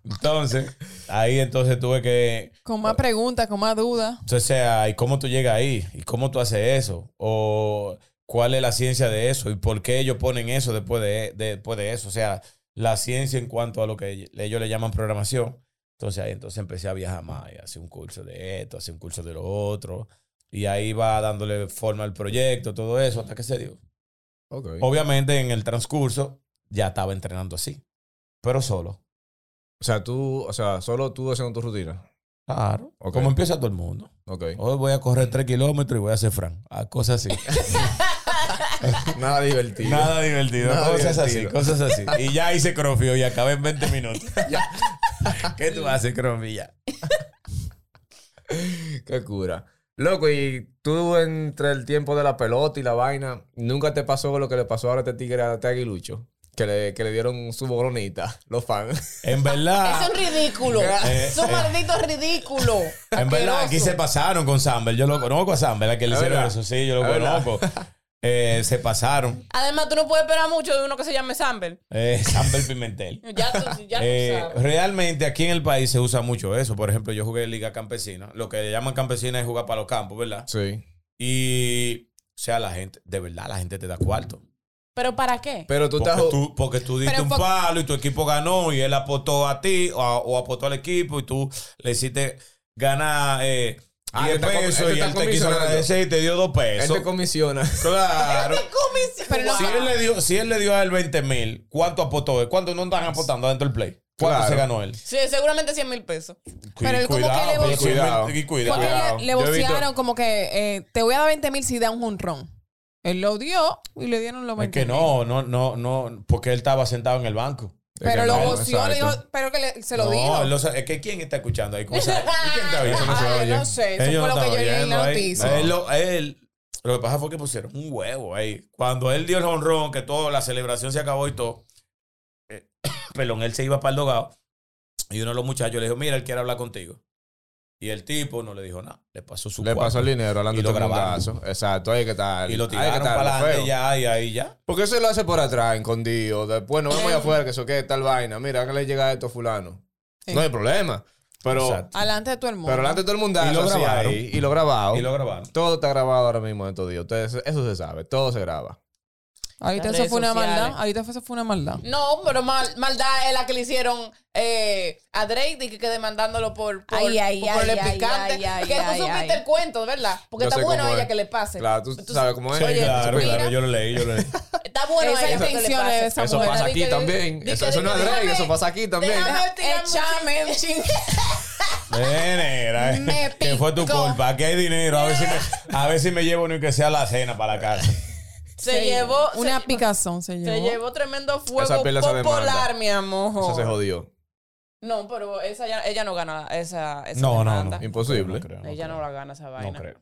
Speaker 3: entonces, ahí entonces tuve que...
Speaker 4: Con más preguntas, con más dudas.
Speaker 3: Entonces, sea, ¿y cómo tú llegas ahí? ¿Y cómo tú haces eso? ¿O cuál es la ciencia de eso? ¿Y por qué ellos ponen eso después de, de- después de eso? O sea, la ciencia en cuanto a lo que ellos le llaman programación. Entonces ahí entonces empecé a viajar más, y hacer un curso de esto, hacer un curso de lo otro. Y ahí va dándole forma al proyecto, todo eso, hasta que se dio.
Speaker 1: Ok.
Speaker 3: Obviamente en el transcurso ya estaba entrenando así, pero solo.
Speaker 1: O sea, tú, o sea, solo tú haciendo tu rutina.
Speaker 3: Claro.
Speaker 1: Ok.
Speaker 3: Como empieza todo el mundo.
Speaker 1: Ok.
Speaker 3: Hoy voy a correr 3 kilómetros y voy a hacer fran. Ah, cosas así.
Speaker 1: Nada divertido.
Speaker 3: Nada divertido.
Speaker 1: Nada
Speaker 3: cosas
Speaker 1: divertido.
Speaker 3: así, cosas así. Y ya hice crofio y acabé en
Speaker 1: <laughs>
Speaker 3: 20 minutos. ¿Qué tú haces, crofi? Ya.
Speaker 1: Qué cura. Loco, y tú entre el tiempo de la pelota y la vaina, ¿nunca te pasó lo que le pasó ahora a este tigre, a este aguilucho? Que le, que le dieron su bolonita, <laughs> los fans.
Speaker 3: En
Speaker 2: Eso
Speaker 3: verdad,
Speaker 2: es ridículo.
Speaker 3: <laughs> Eh,
Speaker 2: Su
Speaker 3: eh.
Speaker 2: maldito ridículo.
Speaker 3: en verdad, aquí se pasaron con Samber. Yo lo conozco a Samber, a que le
Speaker 1: Es
Speaker 3: hicieron
Speaker 1: verdad.
Speaker 3: eso. Sí, yo lo
Speaker 1: Es verdad.
Speaker 3: conozco. Eh, se pasaron.
Speaker 2: Además, tú no puedes esperar mucho de uno que se llame Samber.
Speaker 3: Eh, Samber Pimentel.
Speaker 2: Ya tú, ya tú
Speaker 3: Eh,
Speaker 2: sabes.
Speaker 3: realmente aquí en el país se usa mucho eso. Por ejemplo, yo jugué en Liga Campesina. Lo que le llaman campesina es jugar para los campos, ¿verdad?
Speaker 1: Sí.
Speaker 3: Y, o sea, la gente, de verdad, la gente te da cuarto.
Speaker 2: ¿Pero para qué?
Speaker 1: Pero tú
Speaker 3: Porque
Speaker 1: estás.
Speaker 3: tú, porque tú diste
Speaker 4: Pero
Speaker 3: un
Speaker 4: fue-
Speaker 3: palo y tu equipo ganó y él apostó a ti o, a- o apostó al equipo y tú le hiciste ganar eh,
Speaker 1: Ah,
Speaker 3: 10
Speaker 1: te está com-
Speaker 3: pesos
Speaker 1: él te
Speaker 3: y
Speaker 1: está
Speaker 3: él te quiso
Speaker 1: comisionando.
Speaker 3: agradecer y te dio 2
Speaker 1: Él
Speaker 3: pesos.
Speaker 1: te
Speaker 3: <laughs>
Speaker 1: comisiona.
Speaker 4: <laughs>
Speaker 3: Claro.
Speaker 2: Pero no-
Speaker 3: Si él, le dio, si él le dio a él 20 mil, ¿cuánto apostó él? ¿Cuánto no andan apostando adentro del play? ¿Cuánto
Speaker 1: Claro.
Speaker 3: se ganó él?
Speaker 2: Sí, seguramente 100 mil pesos.
Speaker 4: Pero él como que le
Speaker 3: porque
Speaker 1: boceó.
Speaker 3: cuidado,
Speaker 1: Cuidado.
Speaker 3: y cuidado.
Speaker 4: Porque
Speaker 1: Cuidado. Yo
Speaker 4: le, le
Speaker 1: he visto-
Speaker 4: vocearon como que eh, te voy a dar 20 mil si da un jonrón. Él lo dio y le dieron los
Speaker 3: Es
Speaker 4: 20
Speaker 3: que no, no, no, no, porque él estaba sentado en el banco.
Speaker 4: Pero lo
Speaker 1: no,
Speaker 4: voció, le dijo,
Speaker 1: exacto.
Speaker 4: pero que le- se lo
Speaker 3: no,
Speaker 4: dijo.
Speaker 3: él lo sabe. es que ¿quién está escuchando ahí? ¿Cómo sabe? ¿Y quién está oyendo?
Speaker 1: no se
Speaker 4: <laughs> Ay,
Speaker 1: oye.
Speaker 4: no sé, eso
Speaker 3: Ellos
Speaker 4: fue
Speaker 3: no
Speaker 4: lo que
Speaker 3: estaban
Speaker 4: yo leí en la
Speaker 3: oyendo ahí.
Speaker 4: noticia.
Speaker 3: Él lo, él- lo que pasa fue que pusieron un huevo ahí. Cuando él dio el honrón, que toda la celebración se acabó y todo, eh, <coughs> perdón, él se iba para el dogado. Y uno de los muchachos le dijo, mira, él quiere hablar contigo. Y el tipo no le dijo nada. Le pasó su
Speaker 1: Le
Speaker 3: cuarto.
Speaker 1: pasó el dinero hablando
Speaker 3: Y
Speaker 1: de
Speaker 3: lo
Speaker 1: todo el
Speaker 3: grabaron.
Speaker 1: mundazo. Exacto, ahí que está.
Speaker 3: Y lo tiraron para adelante ya y ahí ya.
Speaker 1: Porque eso lo hace por atrás, escondido. Después nos vemos
Speaker 4: Em.
Speaker 1: allá afuera, que eso qué, tal vaina. Mira, que le llega esto a fulano.
Speaker 4: Sí.
Speaker 1: No hay problema. Pero,
Speaker 3: Exacto.
Speaker 4: Adelante de todo el mundo.
Speaker 1: pero delante de todo el mundazo.
Speaker 3: Y lo
Speaker 1: así
Speaker 3: grabaron.
Speaker 1: ahí, y lo grabado.
Speaker 3: Y lo grabaron.
Speaker 1: Todo está grabado ahora mismo en estos días. Ustedes, eso se sabe, todo se graba.
Speaker 4: Ahorita
Speaker 2: Las
Speaker 4: eso fue una
Speaker 2: redes sociales.
Speaker 4: maldad. Ahorita eso fue una maldad.
Speaker 2: No, pero mal- maldad es la que le hicieron eh, a Drake y que, que demandándolo por, por,
Speaker 4: Ay, ay,
Speaker 2: por el
Speaker 4: ay, ay,
Speaker 2: picante.
Speaker 4: ay, ay,
Speaker 2: que tú
Speaker 4: ay,
Speaker 2: supiste
Speaker 4: ay.
Speaker 2: el cuento, ¿verdad? Porque
Speaker 1: Yo
Speaker 2: está
Speaker 1: sé
Speaker 2: bueno a
Speaker 1: cómo
Speaker 2: ella
Speaker 1: es.
Speaker 2: que le pase.
Speaker 1: Claro, tú,
Speaker 2: Tú-
Speaker 1: sabes cómo es.
Speaker 3: Sí,
Speaker 2: Oye,
Speaker 3: claro,
Speaker 2: mira.
Speaker 3: claro. Yo lo leí, yo lo
Speaker 4: <laughs>
Speaker 3: leí.
Speaker 2: Está bueno a
Speaker 4: Esas
Speaker 2: ella que le
Speaker 4: intenciones de
Speaker 2: pase.
Speaker 4: esa
Speaker 1: Eso
Speaker 4: mujer.
Speaker 1: pasa aquí
Speaker 2: Di que-
Speaker 1: también.
Speaker 2: di que-
Speaker 1: Eso, eso
Speaker 2: di
Speaker 1: no
Speaker 2: que-
Speaker 1: es Drake,
Speaker 2: déjame-
Speaker 1: eso pasa aquí también.
Speaker 2: déjame- Tiramos-
Speaker 4: Échame un ching.
Speaker 3: Nena,
Speaker 4: Me
Speaker 3: eh, que fue tu
Speaker 4: picó.
Speaker 3: culpa. Aquí hay dinero. A ver si me, a ver si me llevo ni que sea la cena para la casa.
Speaker 2: Se, llevó.
Speaker 4: Una
Speaker 2: se,
Speaker 4: picazón, se llevó.
Speaker 2: se llevó tremendo fuego
Speaker 1: Esa pila se
Speaker 2: popular,
Speaker 1: demanda.
Speaker 2: mi amor.
Speaker 1: Eso se jodió.
Speaker 2: No, pero esa ya, ella no gana esa, esa
Speaker 3: No, no,
Speaker 2: demanda.
Speaker 3: no.
Speaker 1: Imposible.
Speaker 3: No creo,
Speaker 2: Ella
Speaker 3: creo.
Speaker 2: no la gana esa vaina.
Speaker 3: No creo.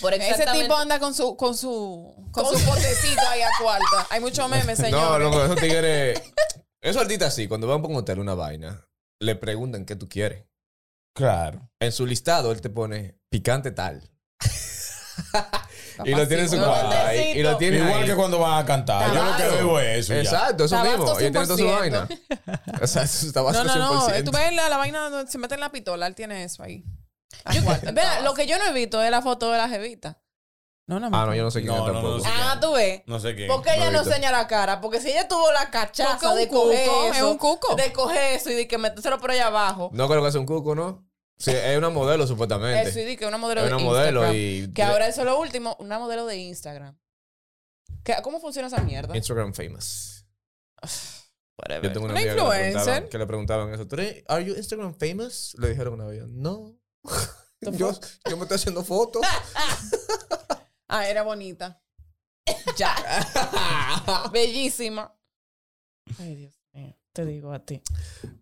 Speaker 2: Por
Speaker 4: Ese
Speaker 2: exactamente-
Speaker 4: tipo anda con su, con su, con,
Speaker 2: Con
Speaker 4: su
Speaker 2: su-
Speaker 4: potecito ahí a cuarta. Hay muchos memes,
Speaker 1: No,
Speaker 4: señor.
Speaker 1: loco,
Speaker 2: <laughs>
Speaker 1: esos tigres. Esos artistas sí, cuando van por un hotel una vaina, le preguntan qué tú quieres.
Speaker 3: Claro.
Speaker 1: En su listado él te pone picante
Speaker 2: <laughs>
Speaker 1: tal. y lo tiene en su
Speaker 4: pasivo.
Speaker 1: cuarto. ahí, Y lo tiene
Speaker 3: Igual
Speaker 1: ahí.
Speaker 3: que cuando van a cantar. Yo lo que
Speaker 1: Claro.
Speaker 3: veo es eso. ya.
Speaker 1: Exacto, eso
Speaker 4: Tabasco
Speaker 1: mismo. Y tiene toda su
Speaker 4: 100%.
Speaker 1: vaina. <laughs> Exacto, está
Speaker 4: No,
Speaker 1: básico
Speaker 4: no,
Speaker 2: eh,
Speaker 4: no.
Speaker 1: 100%.
Speaker 4: Tú ves la, la vaina donde se mete en la pitola. Él tiene eso ahí. A
Speaker 2: Yo-
Speaker 4: cuarta,
Speaker 2: Vea,
Speaker 4: estaba.
Speaker 2: lo que yo no he visto es la foto de la jevita.
Speaker 4: No, no,
Speaker 1: Ah, no, yo no sé quién
Speaker 3: No,
Speaker 1: es
Speaker 3: no, no,
Speaker 1: tampoco.
Speaker 3: no sé.
Speaker 2: Ah, tú ves.
Speaker 3: No sé qué.
Speaker 2: Porque ella no
Speaker 1: Margarita.
Speaker 2: enseña la cara. Porque si ella tuvo la cachaza
Speaker 4: Porque
Speaker 2: de
Speaker 4: un cuco,
Speaker 2: coger eso,
Speaker 4: es un cuco.
Speaker 2: de coger eso y de que metérselo por allá abajo.
Speaker 1: No creo que sea un cuco, ¿no? Sí, es una modelo, supuestamente.
Speaker 2: Eso y de que una modelo
Speaker 1: es una
Speaker 2: de
Speaker 1: modelo
Speaker 2: Instagram.
Speaker 1: y
Speaker 2: Que ahora eso es lo último, una modelo de Instagram. ¿Qué- ¿Cómo funciona esa mierda?
Speaker 1: Instagram famous. Yo
Speaker 2: <sighs> Whatever.
Speaker 1: tengo una,
Speaker 4: Una
Speaker 1: amiga que le
Speaker 4: influencer.
Speaker 1: preguntaban- que le preguntaban eso. ¿Tú eres, are you Instagram famous? Le dijeron una vez, no. <laughs> yo, yo me estoy haciendo fotos. <laughs>
Speaker 4: Ah, era <laughs> bonita. Ya.
Speaker 2: Bellísima. Ay, Dios mío. Te digo a ti.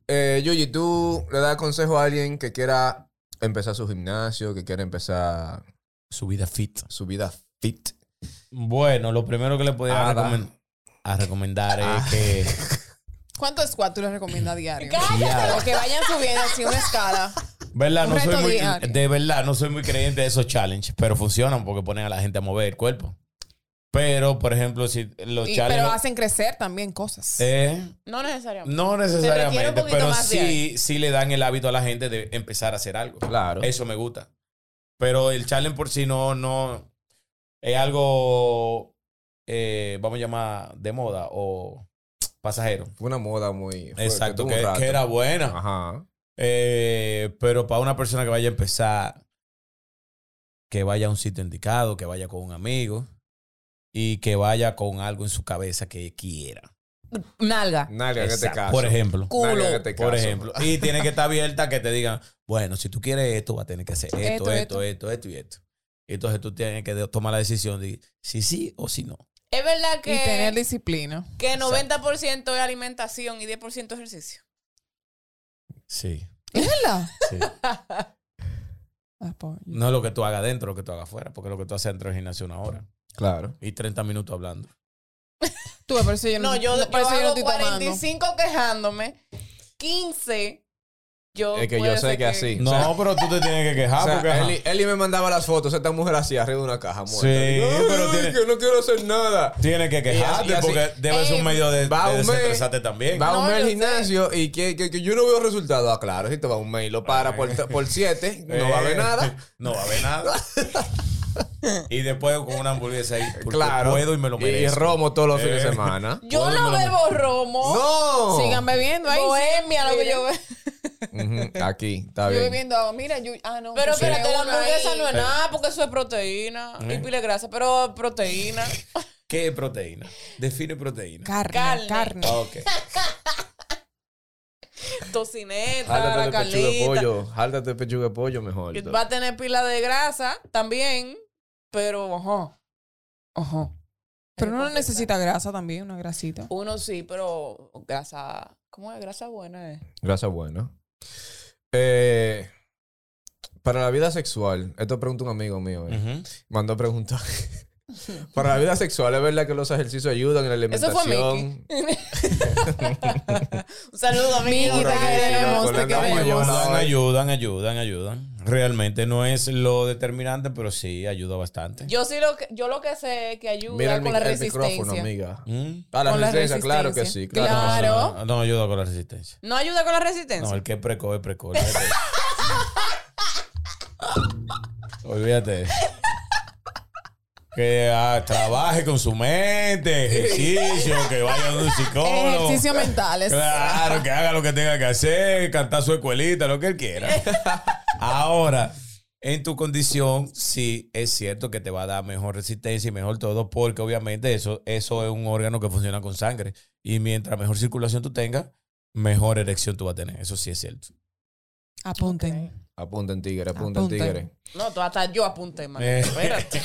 Speaker 1: Eh, Yuji, ¿tú le das consejo a alguien que quiera empezar su gimnasio, que quiera empezar
Speaker 3: Su vida fit.
Speaker 1: su vida fit?
Speaker 3: Bueno, lo primero que le podría
Speaker 1: Ah,
Speaker 3: recomen- a recomendar es que.
Speaker 4: ¿Cuántos squats tú les recomiendas diario?
Speaker 3: Ya.
Speaker 4: Porque vayan subiendo así una escala.
Speaker 3: ¿Verdad?
Speaker 4: Un
Speaker 3: No soy
Speaker 4: reto
Speaker 3: muy,
Speaker 4: diario.
Speaker 3: de verdad, no soy muy creyente de esos challenges, pero funcionan porque ponen a la gente a mover el cuerpo. Pero, por ejemplo, si los
Speaker 4: Y- pero
Speaker 3: challenges.
Speaker 4: hacen crecer también cosas.
Speaker 3: Eh,
Speaker 2: No necesariamente.
Speaker 3: no
Speaker 2: requiere un
Speaker 3: necesariamente,
Speaker 2: poquito
Speaker 3: pero
Speaker 2: más de
Speaker 3: sí, sí le dan el hábito a la gente de empezar a hacer algo.
Speaker 1: Claro.
Speaker 3: Eso me gusta. Pero el challenge por sí no, no es algo, eh, vamos a llamar, de moda o pasajero.
Speaker 1: Fue una moda muy. fuerte,
Speaker 3: Exacto,
Speaker 1: tuvo un
Speaker 3: que,
Speaker 1: rato.
Speaker 3: que era buena.
Speaker 1: Ajá.
Speaker 3: Eh, pero para una persona que vaya a empezar, que vaya a un sitio indicado, que vaya con un amigo y que vaya con algo en su cabeza que quiera.
Speaker 2: Nalga.
Speaker 1: Nadie que te
Speaker 3: Exacto,
Speaker 1: caso.
Speaker 3: Por ejemplo.
Speaker 2: Culo,
Speaker 1: Nadie que te
Speaker 3: Por
Speaker 1: este caso.
Speaker 3: ejemplo. Y tiene que estar abierta a que te digan, bueno, si tú quieres esto, va a tener que hacer esto,
Speaker 4: Esto,
Speaker 3: esto, esto, esto, y esto. Y entonces tú tienes que de- tomar la decisión de si sí o si no.
Speaker 2: Es verdad
Speaker 4: Y tener
Speaker 2: que,
Speaker 4: disciplina.
Speaker 2: que
Speaker 3: Exacto.
Speaker 2: 90% es alimentación y 10% ejercicio.
Speaker 3: Sí.
Speaker 4: ¿Es verdad?
Speaker 3: sí.
Speaker 4: Ah, pobre.
Speaker 3: <laughs> No es lo que tú hagas dentro, lo que tú hagas afuera, porque lo que tú haces dentro del gimnasio una hora
Speaker 1: Claro.
Speaker 3: y 30 minutos hablando.
Speaker 4: Tú, por eso yo no,
Speaker 2: No, yo,
Speaker 4: por
Speaker 2: yo
Speaker 4: eso yo
Speaker 2: hago
Speaker 4: no estoy tomando.
Speaker 2: 45 quejándome, 15 yo
Speaker 1: Es que
Speaker 2: puede
Speaker 1: yo sé
Speaker 2: ser
Speaker 1: que así.
Speaker 3: No,
Speaker 1: O sea,
Speaker 3: pero tú te tienes que quejar
Speaker 1: o sea,
Speaker 3: Ah, porque. ajá.
Speaker 1: Eli, Eli me mandaba las fotos, esta mujer así, arriba de una caja muerta.
Speaker 3: Sí,
Speaker 1: Digo, "Ay,
Speaker 3: pero tiene-
Speaker 1: que no quiero hacer nada.
Speaker 3: Tienes que quejarte
Speaker 1: Y así- y así-
Speaker 3: porque debe ser
Speaker 2: Ey,
Speaker 3: un medio de,
Speaker 1: va un
Speaker 3: de
Speaker 1: mes,
Speaker 3: desestresarte también.
Speaker 1: Va
Speaker 2: Eh, No,
Speaker 1: un mes
Speaker 2: yo
Speaker 1: al
Speaker 2: sé.
Speaker 1: gimnasio y que, que, que yo no veo resultados. Ah, claro, si te va un mes y lo para por, por siete, no va a haber
Speaker 3: Eh,
Speaker 1: nada.
Speaker 3: <laughs> No va a haber nada.
Speaker 1: <laughs>
Speaker 3: y después con una hamburguesa ahí. porque
Speaker 1: Claro.
Speaker 3: Puedo y me lo merezco.
Speaker 1: Y romo todos los fines
Speaker 3: Eh.
Speaker 1: de
Speaker 2: <laughs>
Speaker 1: semana.
Speaker 2: Yo
Speaker 3: Bueno,
Speaker 2: no
Speaker 3: me lo-
Speaker 2: bebo romo.
Speaker 1: ¡No!
Speaker 4: Sigan bebiendo ahí. sí.
Speaker 2: Bohemia, lo que yo veo.
Speaker 1: Ujú, Aquí, está
Speaker 4: Yo
Speaker 1: bien.
Speaker 4: bebiendo agua. Mira, yo. Ah, no.
Speaker 2: Pero
Speaker 4: yo soy
Speaker 2: espérate, la
Speaker 4: una
Speaker 2: hamburguesa
Speaker 4: ahí.
Speaker 2: no es nada porque eso es proteína. Y
Speaker 3: Eh.
Speaker 2: pile grasa, pero proteína.
Speaker 3: ¿Qué es proteína? Define proteína.
Speaker 4: Carne,
Speaker 2: Carne.
Speaker 4: carne.
Speaker 3: Ah, ok.
Speaker 2: Tocineta, la
Speaker 1: Jáltate el pechuga de
Speaker 2: carnita.
Speaker 1: pollo. Jáltate el pechuga de pollo mejor.
Speaker 2: Que Va a tener pila de grasa también, pero ojo. Ojo.
Speaker 4: Pero uno necesita grasa también, una grasita.
Speaker 2: Uno sí, pero grasa. ¿Cómo es? Grasa buena es.
Speaker 1: Grasa buena. Eh, para la vida sexual, esto pregunta un amigo mío. eh.
Speaker 3: Ujú.
Speaker 1: Mandó a preguntar. para la vida sexual, ¿es verdad que los ejercicios ayudan en la
Speaker 2: Eso fue
Speaker 1: alimentación?
Speaker 2: <laughs> Un saludo, amigo.
Speaker 4: Miguel, te queremos, te
Speaker 1: Orlando,
Speaker 4: queremos.
Speaker 1: yo
Speaker 3: Ayudan,
Speaker 1: no-
Speaker 3: ayudan, ayudan, ayudan. Realmente no es lo determinante, pero sí ayuda bastante.
Speaker 2: Yo sí lo que, yo lo que sé es que ayuda
Speaker 1: Mira el,
Speaker 2: con
Speaker 1: mic-
Speaker 2: la
Speaker 1: el micrófono,
Speaker 2: resistencia.
Speaker 1: amiga.
Speaker 3: ¿Mm?
Speaker 1: Ah, la
Speaker 4: Con la
Speaker 1: resistencia, claro que
Speaker 4: resistencia.
Speaker 1: sí. Claro. que sí.
Speaker 4: Claro.
Speaker 3: No, no ayuda con la resistencia.
Speaker 2: ¿No ayuda con la resistencia?
Speaker 3: No, el que es precoz es precoz.
Speaker 4: <laughs>
Speaker 3: Olvídate. Que ah, trabaje con su mente, ejercicio, que vaya a un psicólogo.
Speaker 4: Ejercicio
Speaker 3: <laughs>
Speaker 4: mentales.
Speaker 3: Claro, que haga lo que tenga que hacer, cantar su escuelita, lo que él quiera. Ahora, en tu condición, sí es cierto que te va a dar mejor resistencia y mejor todo, porque obviamente eso, eso es un órgano que funciona con sangre. Y mientras mejor circulación tú tengas, mejor erección tú vas a tener. Eso sí es cierto.
Speaker 4: Apunten.
Speaker 1: Apunten, tigre, apunten,
Speaker 4: Apunten.
Speaker 1: tigre.
Speaker 2: No, tú hasta yo apunté, man.
Speaker 1: <laughs>
Speaker 3: Eh.
Speaker 2: Espérate.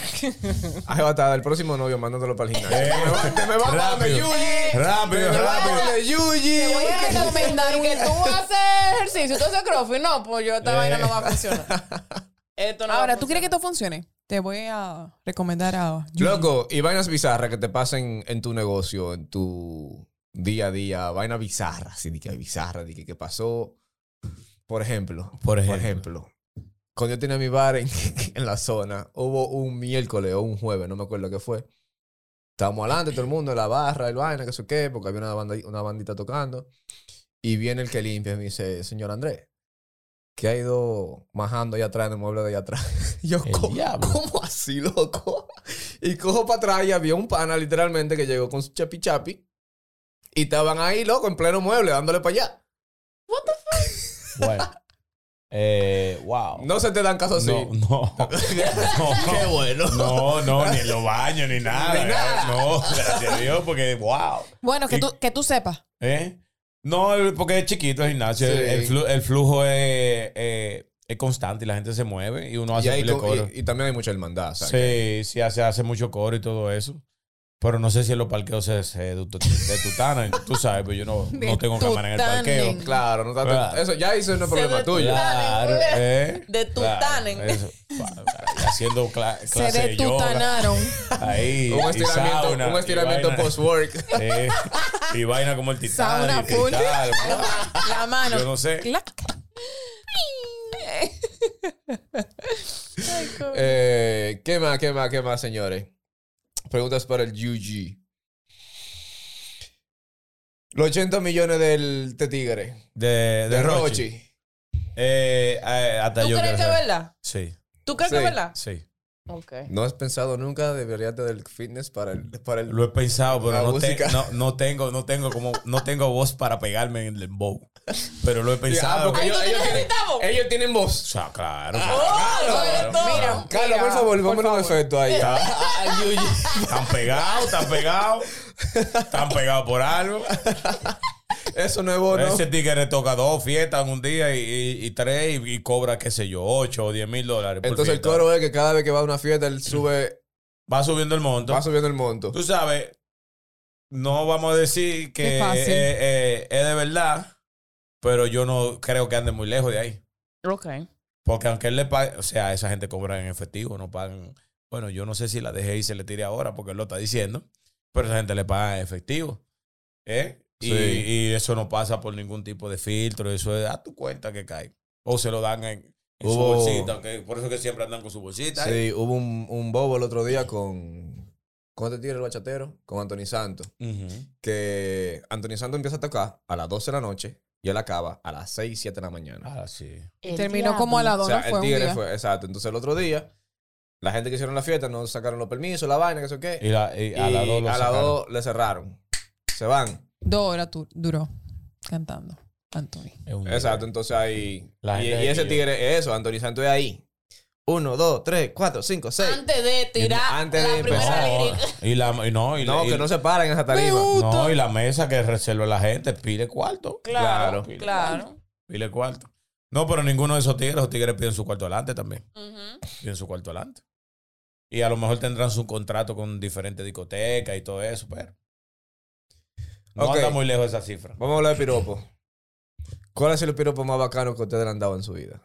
Speaker 1: Ay, va a estar Ah, el próximo novio mandándolo para el
Speaker 3: Eh,
Speaker 1: gimnasio. Te me va a dar
Speaker 3: rápido, rápido, rápido.
Speaker 1: de Yuji.
Speaker 4: Te voy a recomendar
Speaker 2: Y que
Speaker 4: un-
Speaker 2: tú haces ejercicio, tú haces crossfit. No, pues yo esta
Speaker 3: Eh.
Speaker 2: vaina no va a funcionar. Esto no va
Speaker 4: Ahora,
Speaker 2: a
Speaker 4: ¿tú crees que
Speaker 2: funcionar.
Speaker 4: esto funcione? Te voy a recomendar a...
Speaker 1: Loco, y vainas bizarras que te pasen en tu negocio, en tu día a día. Vainas bizarras, sí, de que bizarra, de que, que pasó. Por ejemplo,
Speaker 3: Por
Speaker 1: por
Speaker 3: ejemplo.
Speaker 1: ejemplo, cuando yo tenía mi bar en, <laughs> en la zona, hubo un miércoles o un jueves, no me acuerdo qué fue. Estábamos adelante, todo el mundo, en la barra, el vaina, que sé qué, porque había una, banda, una bandita tocando. Y viene el que limpia y me dice, señor Andrés, que ha ido majando allá atrás en el mueble de allá atrás. <laughs> Y yo,
Speaker 3: El
Speaker 1: ¿cómo,
Speaker 3: diablo.
Speaker 1: cómo así, loco? <laughs> Y cojo para atrás y había un pana literalmente que llegó con su chapi chapi. Y estaban ahí, loco, en pleno mueble, dándole para allá.
Speaker 3: Bueno. Eh, wow.
Speaker 1: No se te dan caso así. <laughs>
Speaker 3: no. no.
Speaker 1: Qué bueno.
Speaker 3: No, no, ni en los baños, ni nada.
Speaker 1: Ni nada.
Speaker 3: ¿eh? No, gracias a Dios, porque wow.
Speaker 4: Bueno, que
Speaker 3: Y-
Speaker 4: tú, que tú sepas.
Speaker 3: ¿Eh? No, el- porque es chiquito el gimnasio.
Speaker 1: Sí.
Speaker 3: El, el flu- el flujo es, es- es constante y la gente se mueve y uno
Speaker 1: Y,
Speaker 3: hace
Speaker 1: ahí
Speaker 3: pile
Speaker 1: co-
Speaker 3: coro.
Speaker 1: y- y también hay mucha hermandad, ¿sabes?
Speaker 3: sí, sí, hace, hace mucho coro y todo eso. Pero no sé si en los parqueos se, se de, tutanan. Tú sabes, pero yo no, no
Speaker 4: <laughs> De
Speaker 3: tengo cámara en el
Speaker 4: tutanen.
Speaker 3: parqueo.
Speaker 1: Claro, no tanto.
Speaker 3: Claro.
Speaker 1: Eso ya hizo un problema
Speaker 2: ve-
Speaker 1: tuyo.
Speaker 3: Claro, <laughs> ¿eh?
Speaker 2: De tutanen.
Speaker 3: Claro, eso. Pa- pa- Haciendo cla-
Speaker 4: <laughs> Se
Speaker 3: clase de yoga. <laughs>
Speaker 4: detutanaron.
Speaker 3: Ahí,
Speaker 1: Un
Speaker 3: y
Speaker 1: estiramiento,
Speaker 3: sauna,
Speaker 1: un
Speaker 3: y
Speaker 1: estiramiento
Speaker 3: vaina.
Speaker 1: post-work. <laughs>
Speaker 3: Eh, y vaina como el
Speaker 4: Sauna
Speaker 3: titán.
Speaker 4: full. <laughs> La mano.
Speaker 3: Yo no sé.
Speaker 4: Clac.
Speaker 1: Eh, ¿Qué más, qué más, qué más, señores? Preguntas para el UG. Los 80 millones del Te Tigre.
Speaker 3: De, de,
Speaker 1: De
Speaker 3: Rochi.
Speaker 1: Rochi.
Speaker 3: Eh, eh, hasta
Speaker 2: ¿Tú
Speaker 3: yo
Speaker 2: crees que es
Speaker 3: saber.
Speaker 2: verdad?
Speaker 3: Sí,
Speaker 2: ¿Tú crees que
Speaker 1: Sí.
Speaker 2: es verdad?
Speaker 3: sí.
Speaker 2: Ok.
Speaker 1: No has pensado nunca de variarte del fitness para el. Para el...
Speaker 3: Lo he pensado,
Speaker 1: La
Speaker 3: pero no, te-
Speaker 1: música.
Speaker 3: no, no tengo, no tengo como, no tengo voz para pegarme en el bow. Pero
Speaker 1: <laughs>
Speaker 3: lo he
Speaker 1: Ah,
Speaker 3: pensado.
Speaker 1: porque
Speaker 2: Ay,
Speaker 1: ellos,
Speaker 2: ¿tú
Speaker 1: ellos
Speaker 2: tienes
Speaker 1: tienen,
Speaker 2: centavos?
Speaker 1: ellos tienen
Speaker 3: O
Speaker 1: voz.
Speaker 3: sea, claro.
Speaker 1: Ah,
Speaker 2: sobre todo.
Speaker 4: Mira,
Speaker 1: Carlos, por favor, ponme un efecto ahí. <laughs>
Speaker 3: Ah.
Speaker 1: Al UG.
Speaker 3: Están pegados, están pegados. Están pegados por algo.
Speaker 1: Eso no es bono.
Speaker 3: Ese tigre toca dos fiestas en un día y, y- y tres y, y cobra, qué sé yo, ocho o diez mil dólares. por
Speaker 1: Entonces el
Speaker 3: fiesta.
Speaker 1: coro es que cada vez que va a una fiesta, él sube,
Speaker 3: va subiendo el monto.
Speaker 1: va subiendo el monto.
Speaker 3: Tú sabes, no vamos a decir que
Speaker 4: Qué fácil.
Speaker 3: eh, eh, es de verdad, pero yo no creo que ande muy lejos de ahí.
Speaker 2: Ok.
Speaker 3: Porque aunque él le pague, o sea, esa gente cobra en efectivo, no pagan. Bueno, yo no sé si la dejé y se le tire ahora porque él lo está diciendo, pero esa gente le paga en efectivo. ¿eh? Y,
Speaker 1: Sí.
Speaker 3: y eso no pasa por ningún tipo de filtro, eso es a tu cuenta que cae. O se lo dan en, en su
Speaker 1: Hubo-
Speaker 3: bolsita, que por eso que siempre andan con su bolsita. ¿eh?
Speaker 1: Sí, hubo un, un bobo el otro día con. ¿Cómo te tira el bachatero? Con Anthony Santos.
Speaker 3: Ujú.
Speaker 1: Que Anthony Santos empieza a tocar a las 12 de la noche y él acaba a las 6, 7 de la mañana.
Speaker 3: Ah, sí.
Speaker 4: Terminó como a la
Speaker 1: o
Speaker 4: dona.
Speaker 1: sea,
Speaker 4: fue
Speaker 1: el
Speaker 4: un
Speaker 1: tigre
Speaker 4: día.
Speaker 1: fue. Exacto. Entonces el otro día, la gente que hicieron la fiesta no sacaron los permisos, la vaina, que sé qué.
Speaker 3: Y, la- y a las dos
Speaker 1: Y
Speaker 3: lo
Speaker 1: a las
Speaker 3: sacaron.
Speaker 1: 2 le cerraron. Se van.
Speaker 4: Dos horas tu- duró cantando. Anthony.
Speaker 3: Es un
Speaker 1: Exacto, entonces ahí.
Speaker 3: La
Speaker 1: y,
Speaker 3: gente
Speaker 1: y
Speaker 3: de
Speaker 1: ese
Speaker 3: aquí,
Speaker 1: tigre es eso, Anthony Santos es ahí. Uno, dos, tres, cuatro, cinco, seis.
Speaker 2: Antes de tirar
Speaker 1: Antes
Speaker 2: la
Speaker 1: de
Speaker 2: primera
Speaker 1: empezar.
Speaker 2: lírica.
Speaker 3: No, y la, y no, y la-
Speaker 1: no,
Speaker 3: y-
Speaker 1: que no se paran en esa tarima.
Speaker 3: no, y la mesa que reserva la gente, pide cuarto.
Speaker 2: Claro,
Speaker 3: Pide cuarto,
Speaker 2: claro.
Speaker 3: Pide cuarto. No, pero ninguno de esos tigres, los tigres piden su cuarto adelante también.
Speaker 2: Ujú.
Speaker 3: Piden su cuarto adelante. Y a lo mejor tendrán su contrato con diferentes discotecas y todo eso, pero. No
Speaker 1: Ok.
Speaker 3: anda muy lejos esa cifra.
Speaker 1: Vamos a hablar de piropo. ¿Cuál ha sido el piropo más bacano que ustedes le han dado en su vida?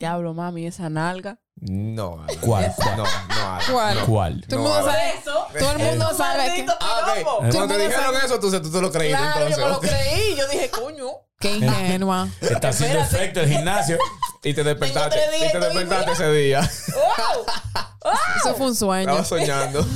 Speaker 2: Diablo, mami, esa nalga.
Speaker 1: No, Alan.
Speaker 3: ¿Cuál?
Speaker 1: No, no, Alan.
Speaker 4: ¿Cuál?
Speaker 1: No.
Speaker 3: ¿Cuál?
Speaker 4: Todo el
Speaker 1: No,
Speaker 4: mundo
Speaker 1: Alan.
Speaker 4: sabe.
Speaker 2: Eso.
Speaker 4: Todo
Speaker 1: Eh.
Speaker 4: el mundo sabe que.
Speaker 1: Ah, ok. Cuando
Speaker 2: piropo.
Speaker 4: Todo el
Speaker 1: te
Speaker 4: mundo
Speaker 1: dijeron
Speaker 4: sabe.
Speaker 1: eso, tú, tú te lo creíste
Speaker 2: Claro, yo
Speaker 1: entonces.
Speaker 2: me lo
Speaker 1: ok.
Speaker 2: creí. Yo dije, coño.
Speaker 1: <laughs>
Speaker 4: Qué ingenua.
Speaker 3: Está haciendo
Speaker 2: Espérate.
Speaker 3: efecto el gimnasio.
Speaker 1: Y te despertaste,
Speaker 2: Tengo tres días
Speaker 1: y te
Speaker 2: y estoy
Speaker 1: despertaste ese día.
Speaker 2: ¡Wow!
Speaker 4: Eso fue un sueño.
Speaker 1: Estaba soñando.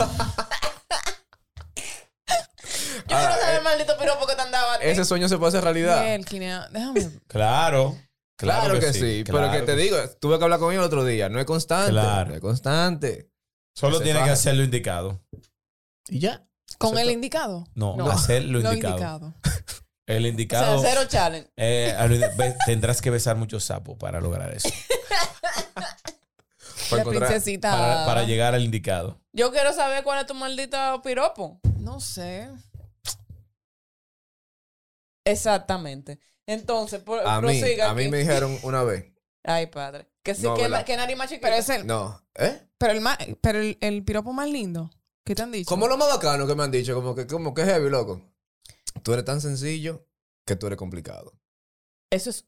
Speaker 2: Yo quiero
Speaker 1: eh,
Speaker 2: saber el maldito piropo que te andaba.
Speaker 1: Ese sueño se puede hacer realidad.
Speaker 4: Mielquina, Déjame.
Speaker 3: Claro.
Speaker 1: Claro,
Speaker 3: Claro,
Speaker 1: que, sí.
Speaker 3: claro
Speaker 1: pero que te
Speaker 3: sí.
Speaker 1: digo, tuve que hablar con ella el otro día. No es constante.
Speaker 3: Claro.
Speaker 1: No es constante.
Speaker 3: Solo
Speaker 1: se
Speaker 3: tiene que
Speaker 1: baje.
Speaker 3: hacer lo indicado.
Speaker 1: Y ya.
Speaker 4: Con el indicado.
Speaker 3: No,
Speaker 2: No.
Speaker 3: hacer lo
Speaker 4: Lo
Speaker 3: indicado.
Speaker 4: indicado.
Speaker 3: El
Speaker 2: O sea,
Speaker 3: indicado.
Speaker 2: cero challenge.
Speaker 3: eh, a lo indi- ve- tendrás que besar muchos sapos para lograr eso.
Speaker 1: Para
Speaker 4: La
Speaker 1: encontrar-
Speaker 4: princesita.
Speaker 3: Para, para llegar al indicado.
Speaker 2: Yo quiero saber cuál es tu maldito piropo.
Speaker 4: No sé.
Speaker 2: Exactamente. Entonces, por,
Speaker 1: A mí,
Speaker 2: prosiga
Speaker 1: a mí
Speaker 2: aquí.
Speaker 1: me dijeron una vez.
Speaker 2: Ay, padre. Que sí,
Speaker 1: No,
Speaker 2: que,
Speaker 1: ¿verdad?
Speaker 2: na- que nariz más chiquita.
Speaker 4: Pero es el,
Speaker 1: No. ¿Eh?
Speaker 4: pero el, ma- pero el, el piropo más lindo. ¿Qué te han dicho?
Speaker 1: Como lo más bacano que me han dicho, como que, como que heavy, loco. Tú eres tan sencillo que tú eres complicado.
Speaker 2: Eso es...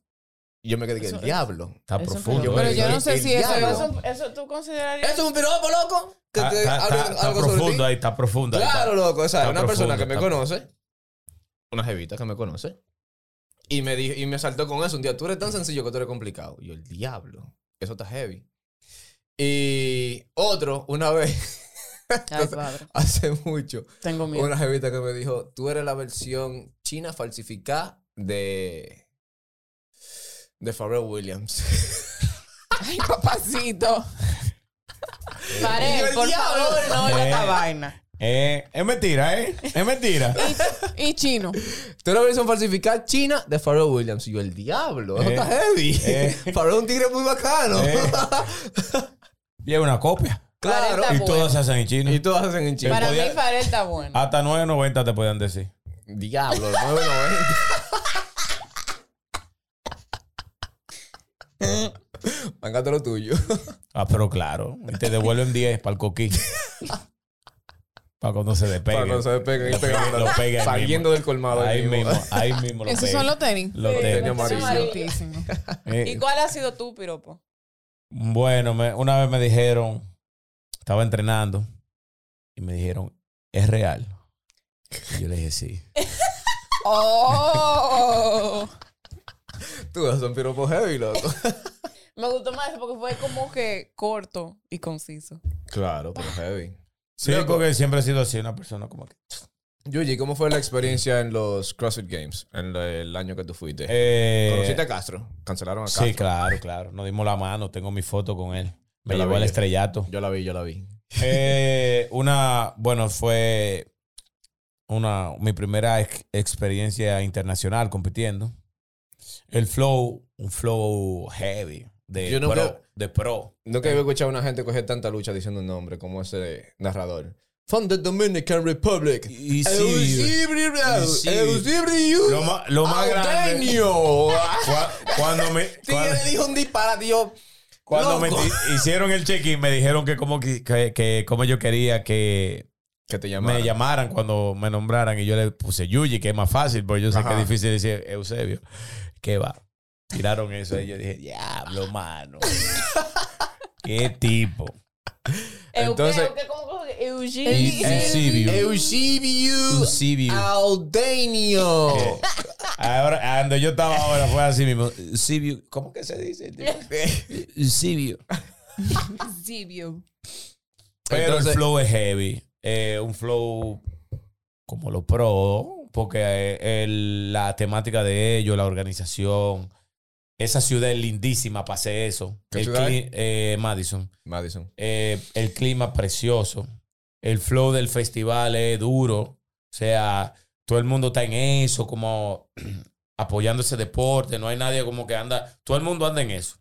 Speaker 1: Y yo me quedé que el diablo.
Speaker 3: Está
Speaker 2: Eso
Speaker 3: profundo.
Speaker 2: fue-
Speaker 4: Pero
Speaker 3: eh.
Speaker 4: yo no sé
Speaker 1: El
Speaker 4: si eso
Speaker 1: diablo.
Speaker 4: es
Speaker 2: Eso,
Speaker 4: un-
Speaker 2: eso, tú considerarías...
Speaker 1: Eso es un piropo, loco. Que
Speaker 3: Está,
Speaker 1: te
Speaker 3: está-
Speaker 1: hablen
Speaker 3: está- está
Speaker 1: algo sobre
Speaker 3: profundo
Speaker 1: ti.
Speaker 3: ahí, está profundo ahí.
Speaker 1: Claro, loco. O sea,
Speaker 3: está
Speaker 1: una
Speaker 3: profundo,
Speaker 1: persona que me
Speaker 3: está-
Speaker 1: conoce, una jevita que me conoce, y me, dijo, y me saltó con eso un día. Tú eres tan sencillo que tú eres complicado. Y yo, el diablo. Eso está heavy. Y otro, una vez, <laughs>
Speaker 2: Ay, padre.
Speaker 1: hace mucho,
Speaker 2: Tengo miedo.
Speaker 1: una jevita que me dijo, tú eres la versión china falsificada de... De Pharrell
Speaker 3: <laughs>
Speaker 1: Williams.
Speaker 4: Ay, papacito.
Speaker 2: Marel,
Speaker 1: el
Speaker 2: por
Speaker 1: diablo.
Speaker 2: favor, no hagas
Speaker 3: Eh.
Speaker 2: esta vaina.
Speaker 3: Eh, es mentira, ¿eh? Es mentira.
Speaker 2: <laughs>
Speaker 4: Y chino.
Speaker 1: Tú eres la versión falsificada china de Pharrell Williams. Y yo, el diablo. Eso
Speaker 3: Eh,
Speaker 1: está heavy.
Speaker 3: eh.
Speaker 1: <laughs> Pharrell es un tigre muy bacano.
Speaker 3: Eh. Y es una copia.
Speaker 1: claro.
Speaker 2: Está
Speaker 3: y
Speaker 2: bueno.
Speaker 3: todas se hacen en
Speaker 1: <laughs>
Speaker 3: chino.
Speaker 1: Y todas hacen en chino.
Speaker 2: Para
Speaker 3: podía-
Speaker 2: mí, Farel está bueno.
Speaker 3: Hasta 9.90 te podían decir.
Speaker 1: Diablo,
Speaker 3: <laughs>
Speaker 1: 990. Me encanta lo tuyo.
Speaker 3: Ah, pero claro. Y te devuelven 10 para el coquí. para cuando se despegue.
Speaker 1: Para que no se despeguen y
Speaker 3: Lo
Speaker 1: pegan.
Speaker 3: pega- lo pega ahí
Speaker 1: Saliendo
Speaker 3: mismo.
Speaker 1: del colmado.
Speaker 3: Ahí mismo, ahí mismo lo
Speaker 4: Esos
Speaker 3: pega.
Speaker 4: son los tenis.
Speaker 3: Los
Speaker 2: Sí,
Speaker 3: tenis.
Speaker 1: Ah, tenía
Speaker 2: los tenía
Speaker 1: amarillo.
Speaker 2: amarillo.
Speaker 4: Altísimo.
Speaker 3: Eh,
Speaker 2: ¿Y cuál ha sido tu piropo?
Speaker 3: Bueno, me- una vez me dijeron, estaba entrenando y me dijeron, ¿es real? Y yo le
Speaker 1: <laughs>
Speaker 3: dije, sí.
Speaker 4: Oh.
Speaker 1: Tú das un piropo heavy, loco.
Speaker 2: Me gustó más eso porque fue como que corto y conciso.
Speaker 1: Claro, pero heavy.
Speaker 3: Sí,
Speaker 1: Loco.
Speaker 3: porque siempre he sido así, una persona como que...
Speaker 1: Yuji, ¿cómo fue la experiencia en los CrossFit Games? En la- el año que tú fuiste.
Speaker 3: Eh,
Speaker 1: ¿Conociste a Castro? Cancelaron a Castro.
Speaker 3: sí, claro, claro. Nos dimos la mano, tengo mi foto con él. Me
Speaker 1: Yo la
Speaker 3: llevó al
Speaker 1: vi.
Speaker 3: estrellato.
Speaker 1: Yo la vi, yo la vi.
Speaker 3: <laughs> Eh, una, bueno, fue una, mi primera ex- experiencia internacional compitiendo. El flow, un flow heavy de,
Speaker 1: Yo nunca-
Speaker 3: pro, de pro.
Speaker 1: Nunca había escuchado a una gente coger tanta lucha diciendo un nombre como ese narrador. From the Dominican Republic.
Speaker 3: Y sí,
Speaker 1: Eusibri Rao,
Speaker 3: Sí.
Speaker 1: Eusibri Yu-
Speaker 3: lo más,
Speaker 1: Ah,
Speaker 3: lo más grande. <laughs>
Speaker 1: Eugenio.
Speaker 3: cua- Cuando me,
Speaker 1: Tigre
Speaker 3: cuando,
Speaker 1: dijo un disparate, yo.
Speaker 3: cuando me
Speaker 1: loco.
Speaker 3: ti- hicieron el check-in, me dijeron que como, que, que- que como yo quería que
Speaker 1: Que te
Speaker 3: me
Speaker 1: llamaron.
Speaker 3: llamaran cuando me nombraran. Y yo le puse Yuji, que es más fácil, porque yo sé
Speaker 1: Ajá.
Speaker 3: que es difícil decir Eusebio. ¿Qué va? Tiraron eso y yo dije, diablo, mano. ¿Qué tipo?
Speaker 1: Entonces- eh,
Speaker 2: Entonces, como que
Speaker 3: Y-
Speaker 2: Eugene.
Speaker 3: Eusebio.
Speaker 1: Eusibio Ah,
Speaker 3: Eusebio.
Speaker 1: Aldenio.
Speaker 3: Eh, Ahora, a donde yo estaba ahora fue así mismo. Eusebio. ¿Cómo que
Speaker 1: <laughs>
Speaker 3: se dice? Eusebio.
Speaker 4: Zibio.
Speaker 3: Pero
Speaker 1: Entonces-
Speaker 3: el flow es heavy. Eh, un flow como lo pro, porque eh, el- la temática de ellos, la organización. Esa ciudad es lindísima para hacer eso.
Speaker 1: ¿Qué
Speaker 3: El
Speaker 1: ciudad
Speaker 3: cli- eh, Madison.
Speaker 1: Madison.
Speaker 3: Eh, el clima precioso. El flow del festival es duro. O sea, todo el mundo está en eso, como <clears throat> apoyando ese deporte. No hay nadie como que anda. Todo el mundo anda en eso.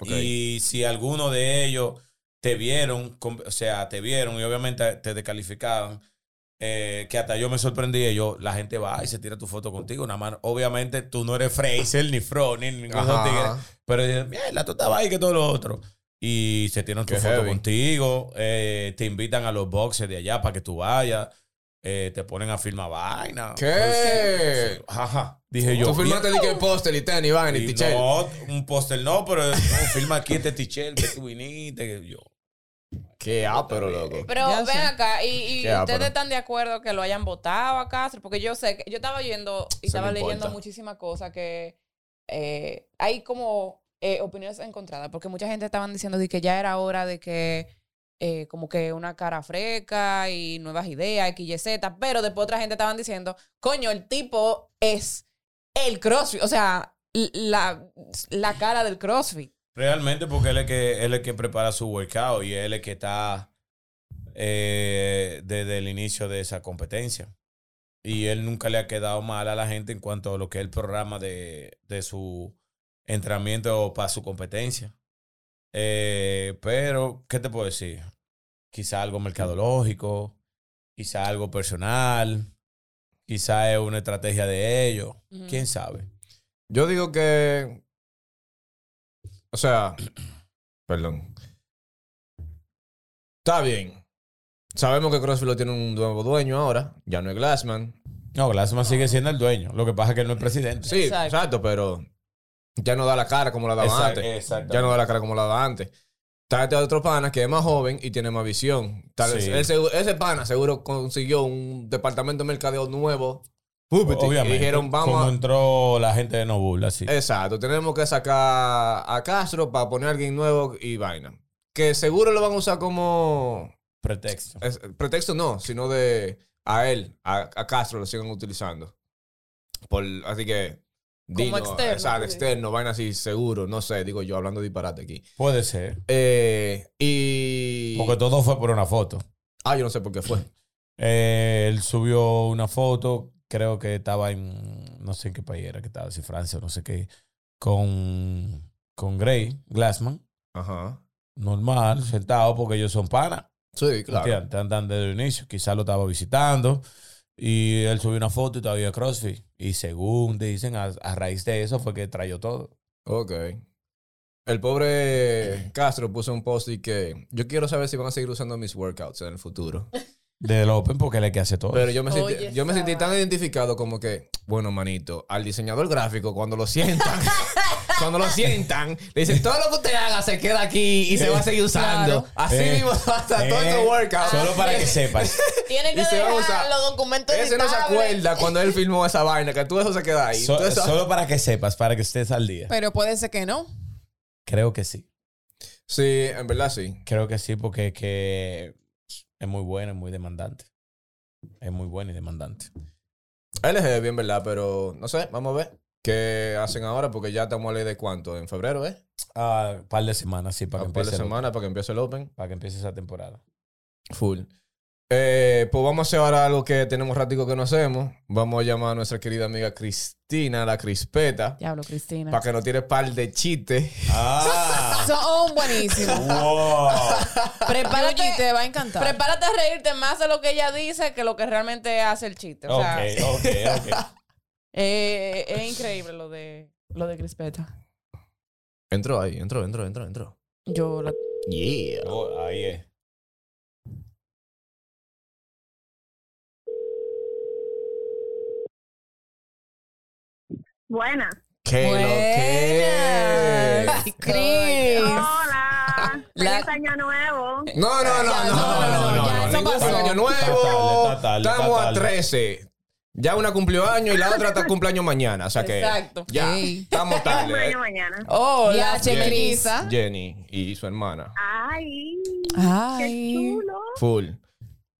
Speaker 1: Ok.
Speaker 3: Y si alguno de ellos te vieron, com- o sea, te vieron y obviamente te descalificaban, eh, que hasta yo me sorprendí, yo, la gente va y se tira tu foto contigo, nada más, obviamente tú no eres Fraser, ni Fro, ni ningún
Speaker 1: Ajá.
Speaker 3: tigre, pero dicen, mierda, tú estabas ahí que todo lo otro. Y se tiran tu
Speaker 1: Qué
Speaker 3: foto
Speaker 1: heavy.
Speaker 3: contigo, eh, te invitan a los boxes de allá para que tú vayas. eh, te ponen a firmar vaina.
Speaker 1: ¿Qué?
Speaker 3: Ajá. Dije yo.
Speaker 1: Tú firmaste de que póster y tenis, van y
Speaker 3: Y
Speaker 1: tichel.
Speaker 3: No, un póster no, pero no, firma aquí este tichel que tú viniste. que yo.
Speaker 1: Qué ápero, loco.
Speaker 2: Pero
Speaker 4: Ya
Speaker 2: ven
Speaker 4: sé.
Speaker 2: acá, y, y
Speaker 1: Qué ápero.
Speaker 2: ustedes están de acuerdo que lo hayan votado a Castro, porque yo sé que yo estaba oyendo y
Speaker 1: Eso no
Speaker 2: estaba leyendo
Speaker 1: importa.
Speaker 2: muchísimas cosas que eh, hay como eh, opiniones encontradas, porque mucha gente estaban diciendo de que ya era hora de que eh, como que una cara fresca y nuevas ideas, X, Y, Z, pero después otra gente estaban diciendo, coño, el tipo es el CrossFit, o sea, l- la, la cara del CrossFit.
Speaker 3: Realmente porque él es, que, él es que prepara su workout y él es que está eh, desde el inicio de esa competencia. Y él nunca le ha quedado mal a la gente en cuanto a lo que es el programa de, de su entrenamiento para su competencia. Eh, pero, ¿qué te puedo decir? Quizá algo mercadológico, quizá algo personal, quizá es una estrategia de ellos,
Speaker 2: Ujú.
Speaker 3: quién sabe.
Speaker 1: Yo digo que. O sea. <clears throat> Perdón. Está bien. Sabemos que CrossFit lo tiene un nuevo dueño ahora. Ya no es Glassman.
Speaker 3: No, Glassman sigue siendo el dueño, lo que pasa es que él no es presidente.
Speaker 1: Sí, exacto,
Speaker 2: Exacto.
Speaker 1: pero ya no da la cara como la daba
Speaker 3: Exact-
Speaker 1: antes.
Speaker 3: exactamente.
Speaker 1: Ya no da la cara como la daba antes. Está este otro pana que es más joven y tiene más visión. Tal vez
Speaker 3: Sí.
Speaker 1: él segu- ese pana seguro consiguió un departamento de mercadeo nuevo.
Speaker 3: Obviamente.
Speaker 1: Y dijeron,
Speaker 3: Como
Speaker 1: vamos. a- Eh,
Speaker 3: entró la gente de Nobul, así.
Speaker 1: Exacto, tenemos que sacar a Castro para poner a alguien nuevo y vaina. Que seguro lo van a usar como.
Speaker 3: pretexto.
Speaker 1: es- pretexto no, sino de. A él, a, a Castro lo siguen utilizando. Por, así que.
Speaker 2: Como externo,
Speaker 1: Exacto,
Speaker 2: tú dices.
Speaker 1: externo, vaina así, seguro, no sé, digo yo, hablando disparate aquí.
Speaker 3: Puede ser.
Speaker 1: Eh, y.
Speaker 3: Porque todo fue por una foto.
Speaker 1: Ah, yo no sé por qué fue.
Speaker 3: Eh, él subió una foto, creo que estaba en, no sé en qué país era, que estaba, si Francia o no sé qué, con, con Gray, Glassman,
Speaker 1: Ajá.
Speaker 3: normal, sentado, porque ellos son panas.
Speaker 1: Sí, claro.
Speaker 3: ¿entiendes? Te andan desde el inicio, quizás lo estaba visitando. Y él subió una foto y todavía es CrossFit. Y según dicen, a, a raíz de eso fue que trayó todo.
Speaker 1: Ok. El pobre Castro puso un post y que yo quiero saber si van a seguir usando mis workouts en el futuro.
Speaker 3: Del Open, porque él es el que hace todo.
Speaker 1: Pero yo me sentí,
Speaker 2: Oye,
Speaker 1: yo me sentí
Speaker 2: esa
Speaker 1: tan identificado como que, bueno, manito, al diseñador gráfico, cuando lo sientan, <laughs> cuando lo sientan, le dicen, todo lo que usted haga se queda aquí y se va a seguir usando.
Speaker 2: Claro.
Speaker 1: Así
Speaker 3: Eh,
Speaker 1: mismo hasta todo
Speaker 3: Eh,
Speaker 1: este workout.
Speaker 3: Solo
Speaker 1: <laughs>
Speaker 3: para que sepas.
Speaker 2: Tienen que
Speaker 1: Y se va a
Speaker 2: dejar
Speaker 1: usar.
Speaker 2: los documentos
Speaker 1: Ese no se
Speaker 2: editables.
Speaker 1: acuerda cuando él filmó esa vaina, que todo eso se queda ahí.
Speaker 3: So-
Speaker 1: Todo eso-
Speaker 3: solo para que sepas, para que estés al día.
Speaker 4: Pero puede ser que no.
Speaker 3: Creo que sí.
Speaker 1: Sí, en verdad sí.
Speaker 3: Creo que sí, porque es que es muy bueno, es muy demandante. Es muy bueno y demandante.
Speaker 1: Él es bien, ¿verdad? Pero no sé, vamos a ver qué hacen ahora porque ya estamos a ley de cuánto, en febrero, ¿eh?
Speaker 3: Ah, Un par de semanas, sí, para
Speaker 1: Para un Ah,
Speaker 3: que,
Speaker 1: par de
Speaker 3: empiece el-
Speaker 1: semanas para que empiece el Open.
Speaker 3: para que empiece esa
Speaker 1: <laughs>
Speaker 3: temporada.
Speaker 1: Full. Eh, pues vamos a hacer ahora algo que tenemos ratico que no hacemos. Vamos a llamar a nuestra querida amiga Cristina, la crispeta,
Speaker 2: Diablo, Cristina.
Speaker 1: para que nos tire par de chistes.
Speaker 3: <laughs> ¡Ah!
Speaker 4: Son
Speaker 2: <laughs>
Speaker 4: buenísimos.
Speaker 3: ¡Wow!
Speaker 2: Prepárate,
Speaker 4: Yuji, te va a encantar.
Speaker 2: prepárate a reírte más de lo que ella dice que lo que realmente hace el chiste. O
Speaker 1: <laughs>
Speaker 2: sea,
Speaker 3: Ok, ok, ok.
Speaker 2: eh, es increíble lo de lo de Crispeta.
Speaker 1: Entró ahí, entró, entró, entró, entró.
Speaker 2: Yo la-
Speaker 1: Yeah.
Speaker 3: Oh, ahí es.
Speaker 5: Buenas.
Speaker 1: ¿Qué Eh, lo
Speaker 4: Buenas.
Speaker 1: que?
Speaker 4: Cris.
Speaker 5: Hola.
Speaker 4: La-
Speaker 5: Feliz año nuevo.
Speaker 1: No, no, no, no, no, no, no,
Speaker 4: ya, eso
Speaker 1: ningún
Speaker 4: pasó.
Speaker 1: año nuevo.
Speaker 3: Está tarde, está tarde, está
Speaker 1: Estamos a
Speaker 3: tarde.
Speaker 1: 13. Ya una cumplió año y la
Speaker 4: <laughs>
Speaker 1: otra está cumpleaños mañana. O sea que.
Speaker 2: Exacto.
Speaker 1: Ya.
Speaker 4: Ey. <laughs>
Speaker 1: Estamos
Speaker 5: Feliz
Speaker 1: tarde.
Speaker 5: año mañana.
Speaker 2: Oh,
Speaker 4: Ya,
Speaker 2: la
Speaker 4: che,
Speaker 1: Bien.
Speaker 4: Cris.
Speaker 1: Jenny y su hermana.
Speaker 5: Ay, qué
Speaker 4: Ay.
Speaker 5: chulo.
Speaker 1: Full.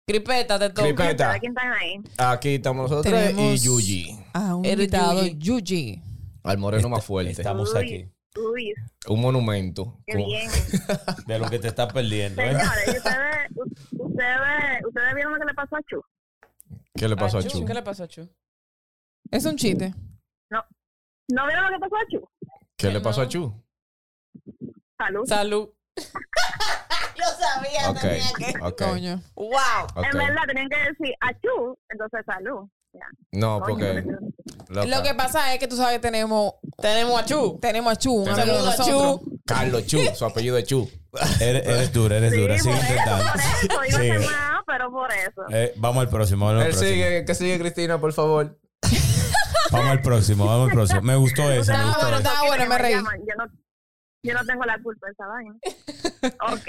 Speaker 2: Crispeta te toca.
Speaker 1: Crispeta.
Speaker 5: ¿Para quién están ahí?
Speaker 1: Aquí estamos nosotros tres y
Speaker 4: Tenemos-
Speaker 1: Yuji.
Speaker 4: A un
Speaker 2: El
Speaker 4: invitado,
Speaker 2: Yuji.
Speaker 4: Yuji.
Speaker 1: Al moreno más fuerte.
Speaker 3: Este, Estamos aquí.
Speaker 5: Uy,
Speaker 1: Un monumento.
Speaker 5: qué
Speaker 1: Como-
Speaker 5: bien.
Speaker 3: De lo que te estás perdiendo, ¿eh?
Speaker 5: Señores, ¿y ustedes, u- ustedes, ustedes vieron lo que le pasó a Chu.
Speaker 1: ¿Qué le pasó a
Speaker 2: Chu,
Speaker 1: Chu?
Speaker 2: ¿Qué le pasó a Chu?
Speaker 4: Es un chiste.
Speaker 5: ¿No vieron lo que pasó a Chu?
Speaker 1: ¿Qué le pasó a
Speaker 2: No.
Speaker 1: Chu?
Speaker 5: Salud.
Speaker 2: Salud. <laughs>
Speaker 5: Yo sabía.
Speaker 1: Ok, ok,
Speaker 4: Coño.
Speaker 2: Wow.
Speaker 1: ok.
Speaker 5: En verdad, tenían que decir a Chu, entonces salud. Ya,
Speaker 1: No,
Speaker 5: coño,
Speaker 1: porque... loca,
Speaker 4: Lo que pasa es que tú sabes que tenemos,
Speaker 2: Tenemos a Chu.
Speaker 4: tenemos a Chu, un
Speaker 1: Tenemos
Speaker 4: amigo de
Speaker 2: a Chu.
Speaker 4: nosotros.
Speaker 1: Carlos Chu, su apellido es Chu.
Speaker 3: Eres, eres dura, eres
Speaker 5: Sí,
Speaker 3: dura. Sigue
Speaker 5: por eso,
Speaker 3: intentando.
Speaker 5: por eso, iba a
Speaker 3: Sigue.
Speaker 5: ser una pero por eso.
Speaker 3: Eh, vamos al próximo. Vamos al
Speaker 1: Él
Speaker 3: próximo.
Speaker 1: sigue, que sigue Cristina, por favor.
Speaker 3: Vamos al próximo. Vamos al próximo. Me
Speaker 5: <laughs>
Speaker 3: gustó esa. Me
Speaker 4: Ah,
Speaker 3: gustó
Speaker 4: bueno,
Speaker 3: esa.
Speaker 4: estaba bueno, me reí.
Speaker 5: llaman, Yo no, yo no tengo la culpa de esa
Speaker 4: <laughs>
Speaker 5: vaina. ok.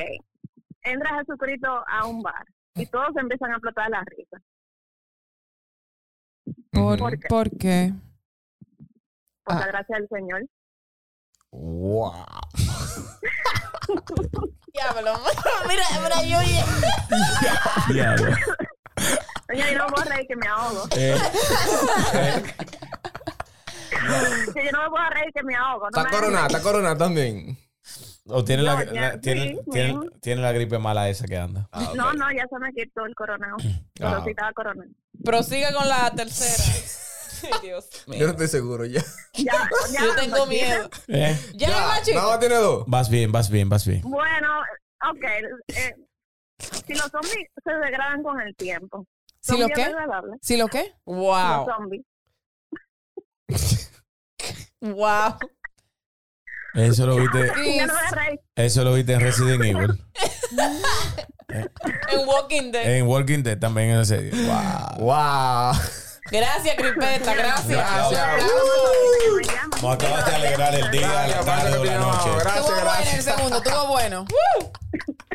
Speaker 5: Entra Jesucristo a un bar y todos empiezan a explotar la risa.
Speaker 4: ¿Por,
Speaker 5: ¿Por qué?
Speaker 4: por qué?
Speaker 5: Por la
Speaker 4: Ah.
Speaker 5: gracia del Señor.
Speaker 1: Wow.
Speaker 2: Diablo. <laughs> mira, mira, yo
Speaker 3: Diablo.
Speaker 5: Oye, yo no puedo reír que me ahogo.
Speaker 3: Eh, eh,
Speaker 5: Que yo no me puedo reír que me ahogo. No
Speaker 1: Está
Speaker 5: me
Speaker 1: coronada, está coronada también.
Speaker 3: o tiene la,
Speaker 5: No, ya,
Speaker 3: la- tiene,
Speaker 5: sí,
Speaker 3: tiene-
Speaker 5: bueno.
Speaker 3: tiene la gripe mala esa que anda.
Speaker 5: No, no, ya se me quitó el coronado.
Speaker 1: Ah.
Speaker 5: Pero sí estaba coronado.
Speaker 2: Prosiga con la <laughs> tercera. Ay, Dios
Speaker 1: Yo no
Speaker 2: mío.
Speaker 1: estoy seguro ya.
Speaker 5: Ya, ya.
Speaker 2: Yo tengo miedo.
Speaker 3: Eh,
Speaker 2: Ya, va, chico.
Speaker 1: Nada más tiene dos.
Speaker 3: vas bien, vas bien, vas bien.
Speaker 5: Bueno, ok. eh, si los zombies se degradan con el tiempo.
Speaker 4: ¿Si
Speaker 5: ¿son
Speaker 4: lo qué?
Speaker 5: biodegradables?
Speaker 4: ¿Sí lo qué?
Speaker 2: Wow.
Speaker 5: Los zombies.
Speaker 2: Wow.
Speaker 3: Eso lo viste,
Speaker 5: Ya no voy a reír.
Speaker 3: eso lo viste en Resident Evil.
Speaker 2: En Walking Dead.
Speaker 3: En Walking Dead también en ese día. Wow.
Speaker 1: Wow.
Speaker 2: Gracias, Cripeta. Gracias.
Speaker 1: Gracias.
Speaker 5: Me llaman.
Speaker 3: Nos acabas de alegrar el día, la
Speaker 1: Gracias,
Speaker 3: tarde o la
Speaker 1: Cristina.
Speaker 3: noche.
Speaker 4: Estuvo
Speaker 1: Gracias,
Speaker 4: bueno el
Speaker 1: gracias.
Speaker 4: segundo, estuvo <laughs> bueno.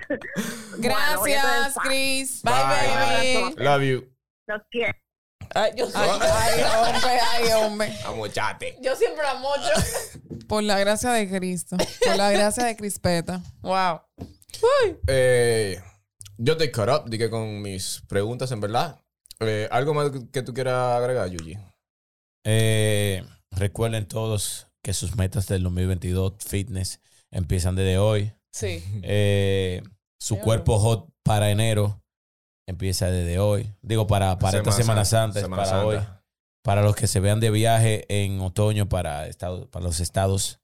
Speaker 5: Bueno, yo
Speaker 4: Gracias,
Speaker 5: estoy-
Speaker 4: Chris.
Speaker 2: Bye,
Speaker 1: Bye.
Speaker 2: baby.
Speaker 1: Love you.
Speaker 5: Los quiero.
Speaker 2: Ay, yo, soy-
Speaker 4: Ay, hombre, ay, hombre.
Speaker 1: Amuchate.
Speaker 2: yo siempre la mocho.
Speaker 4: Por la gracia de Cristo. Por la gracia de Crispeta.
Speaker 2: Wow.
Speaker 1: Eh, yo estoy caught up, dije con mis preguntas, en verdad. Eh, ¿Algo más que tú quieras agregar, Yuji?
Speaker 3: Eh, recuerden todos que sus metas del 2022 fitness empiezan desde hoy.
Speaker 2: Sí.
Speaker 3: Eh, su
Speaker 2: Pero-
Speaker 3: cuerpo hot para enero empieza desde hoy. Digo, para, para esta Semana Santa, es
Speaker 1: Semana
Speaker 3: para
Speaker 1: Santa.
Speaker 3: hoy. Para los que se vean de viaje en otoño para, estado- para los estados,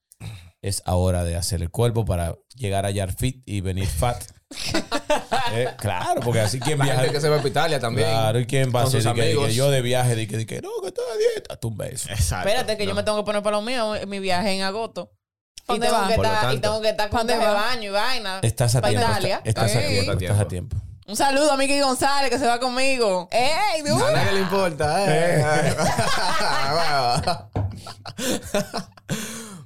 Speaker 3: es ahora de hacer el cuerpo para llegar allá fit y venir <laughs> fat. Eh, claro, porque así quien
Speaker 1: La
Speaker 3: viaja.
Speaker 1: gente que se va a Italia también.
Speaker 3: Claro, ¿y quién va a
Speaker 1: con
Speaker 3: ser?
Speaker 1: sus
Speaker 3: Di que- di que
Speaker 1: amigos.
Speaker 3: yo de viaje, de que, di que, no, que estoy a dieta, tumba eso.
Speaker 1: Exacto.
Speaker 2: Espérate, que yo
Speaker 1: No.
Speaker 2: me tengo que poner para lo mío en mi viaje en agosto. Y
Speaker 4: ¿Dónde
Speaker 2: tengo,
Speaker 4: vas?
Speaker 2: que
Speaker 1: Por lo
Speaker 2: estar, y
Speaker 1: tanto.
Speaker 2: tengo que estar con
Speaker 4: ¿Dónde
Speaker 2: traje de
Speaker 4: vas?
Speaker 2: baño y vaina.
Speaker 3: Estás a
Speaker 2: Para
Speaker 3: tiempo.
Speaker 2: Italia.
Speaker 3: está- Estás, a
Speaker 4: Ey.
Speaker 3: tiempo, estás a tiempo.
Speaker 2: Un saludo a Miki González que se va conmigo.
Speaker 4: ¡Ey! du-
Speaker 1: A nadie le importa. eh. <laughs>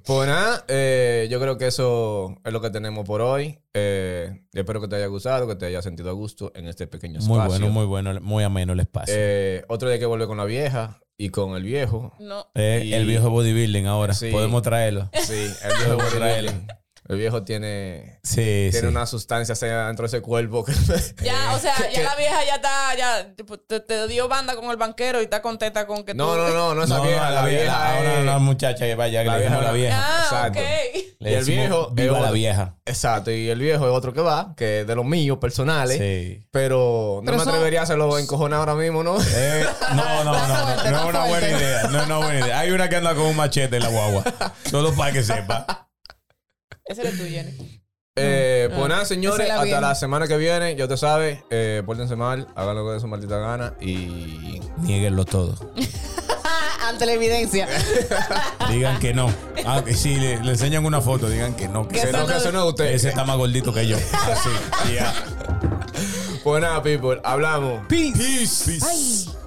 Speaker 1: pues nada, eh, yo creo que eso es lo que tenemos por hoy. Eh, yo espero que te haya gustado, que te haya sentido a gusto en este pequeño espacio.
Speaker 3: Muy bueno, muy bueno, muy ameno el espacio.
Speaker 1: Eh, otro día que vuelve con la vieja y con el viejo.
Speaker 2: No.
Speaker 3: Eh,
Speaker 1: y-
Speaker 3: El viejo bodybuilding ahora.
Speaker 1: Sí.
Speaker 3: Podemos traerlo.
Speaker 1: Sí, el
Speaker 3: <laughs>
Speaker 1: viejo
Speaker 3: Vamos a traerlo.
Speaker 1: bodybuilding. El viejo tiene,
Speaker 3: Sí, sí.
Speaker 1: tiene una sustancia hacia- dentro de ese cuerpo que <laughs> Eh,
Speaker 2: Ya, o sea, ya la vieja ya está, ya tipo, te, te dio banda con el banquero y está contenta con que
Speaker 1: No,
Speaker 2: tú...
Speaker 1: no, no, no
Speaker 3: No,
Speaker 1: esa
Speaker 3: no,
Speaker 1: vieja, la vieja.
Speaker 3: ahora
Speaker 1: es-
Speaker 3: la muchacha que vaya, que
Speaker 1: La
Speaker 3: le decimos
Speaker 1: vieja,
Speaker 3: la
Speaker 1: la-
Speaker 3: vieja.
Speaker 2: Ah,
Speaker 1: Exacto.
Speaker 2: ok.
Speaker 3: Le
Speaker 1: Y el
Speaker 3: decimos,
Speaker 1: viejo,
Speaker 3: Viva
Speaker 1: eh,
Speaker 3: la vieja.
Speaker 1: Exacto, y el viejo es otro que va, que es de los míos personales.
Speaker 3: Sí.
Speaker 1: Pero no
Speaker 4: Pero
Speaker 1: me
Speaker 4: son-
Speaker 1: atrevería a hacerlo encojonado ahora mismo,
Speaker 4: <laughs>
Speaker 1: ¿no?
Speaker 3: Eh, no, no, no, no,
Speaker 4: fuerte,
Speaker 3: no
Speaker 4: está
Speaker 3: es una buena
Speaker 4: fuerte.
Speaker 3: idea. No es una buena idea. Hay una que anda con un machete en la guagua. Solo para que sepa.
Speaker 2: Ese eres tú, Jenny.
Speaker 1: Eh, pues nada, señores,
Speaker 4: Ah, Esa es la
Speaker 1: hasta
Speaker 4: bien.
Speaker 1: la semana que viene, ya te sabes, eh, pórtense mal, hagan lo que de su maldita gana y
Speaker 3: Niéguenlo todo.
Speaker 4: Ante la evidencia.
Speaker 3: Digan que no. Ah, que sí, le, le enseñan una foto. Digan que no. Que
Speaker 1: que
Speaker 3: ese,
Speaker 1: no,
Speaker 3: no-
Speaker 1: que eso no es usted.
Speaker 3: ese está más gordito que yo. Así. ya.
Speaker 1: Pues nada, people, hablamos.
Speaker 3: Peace. Peace.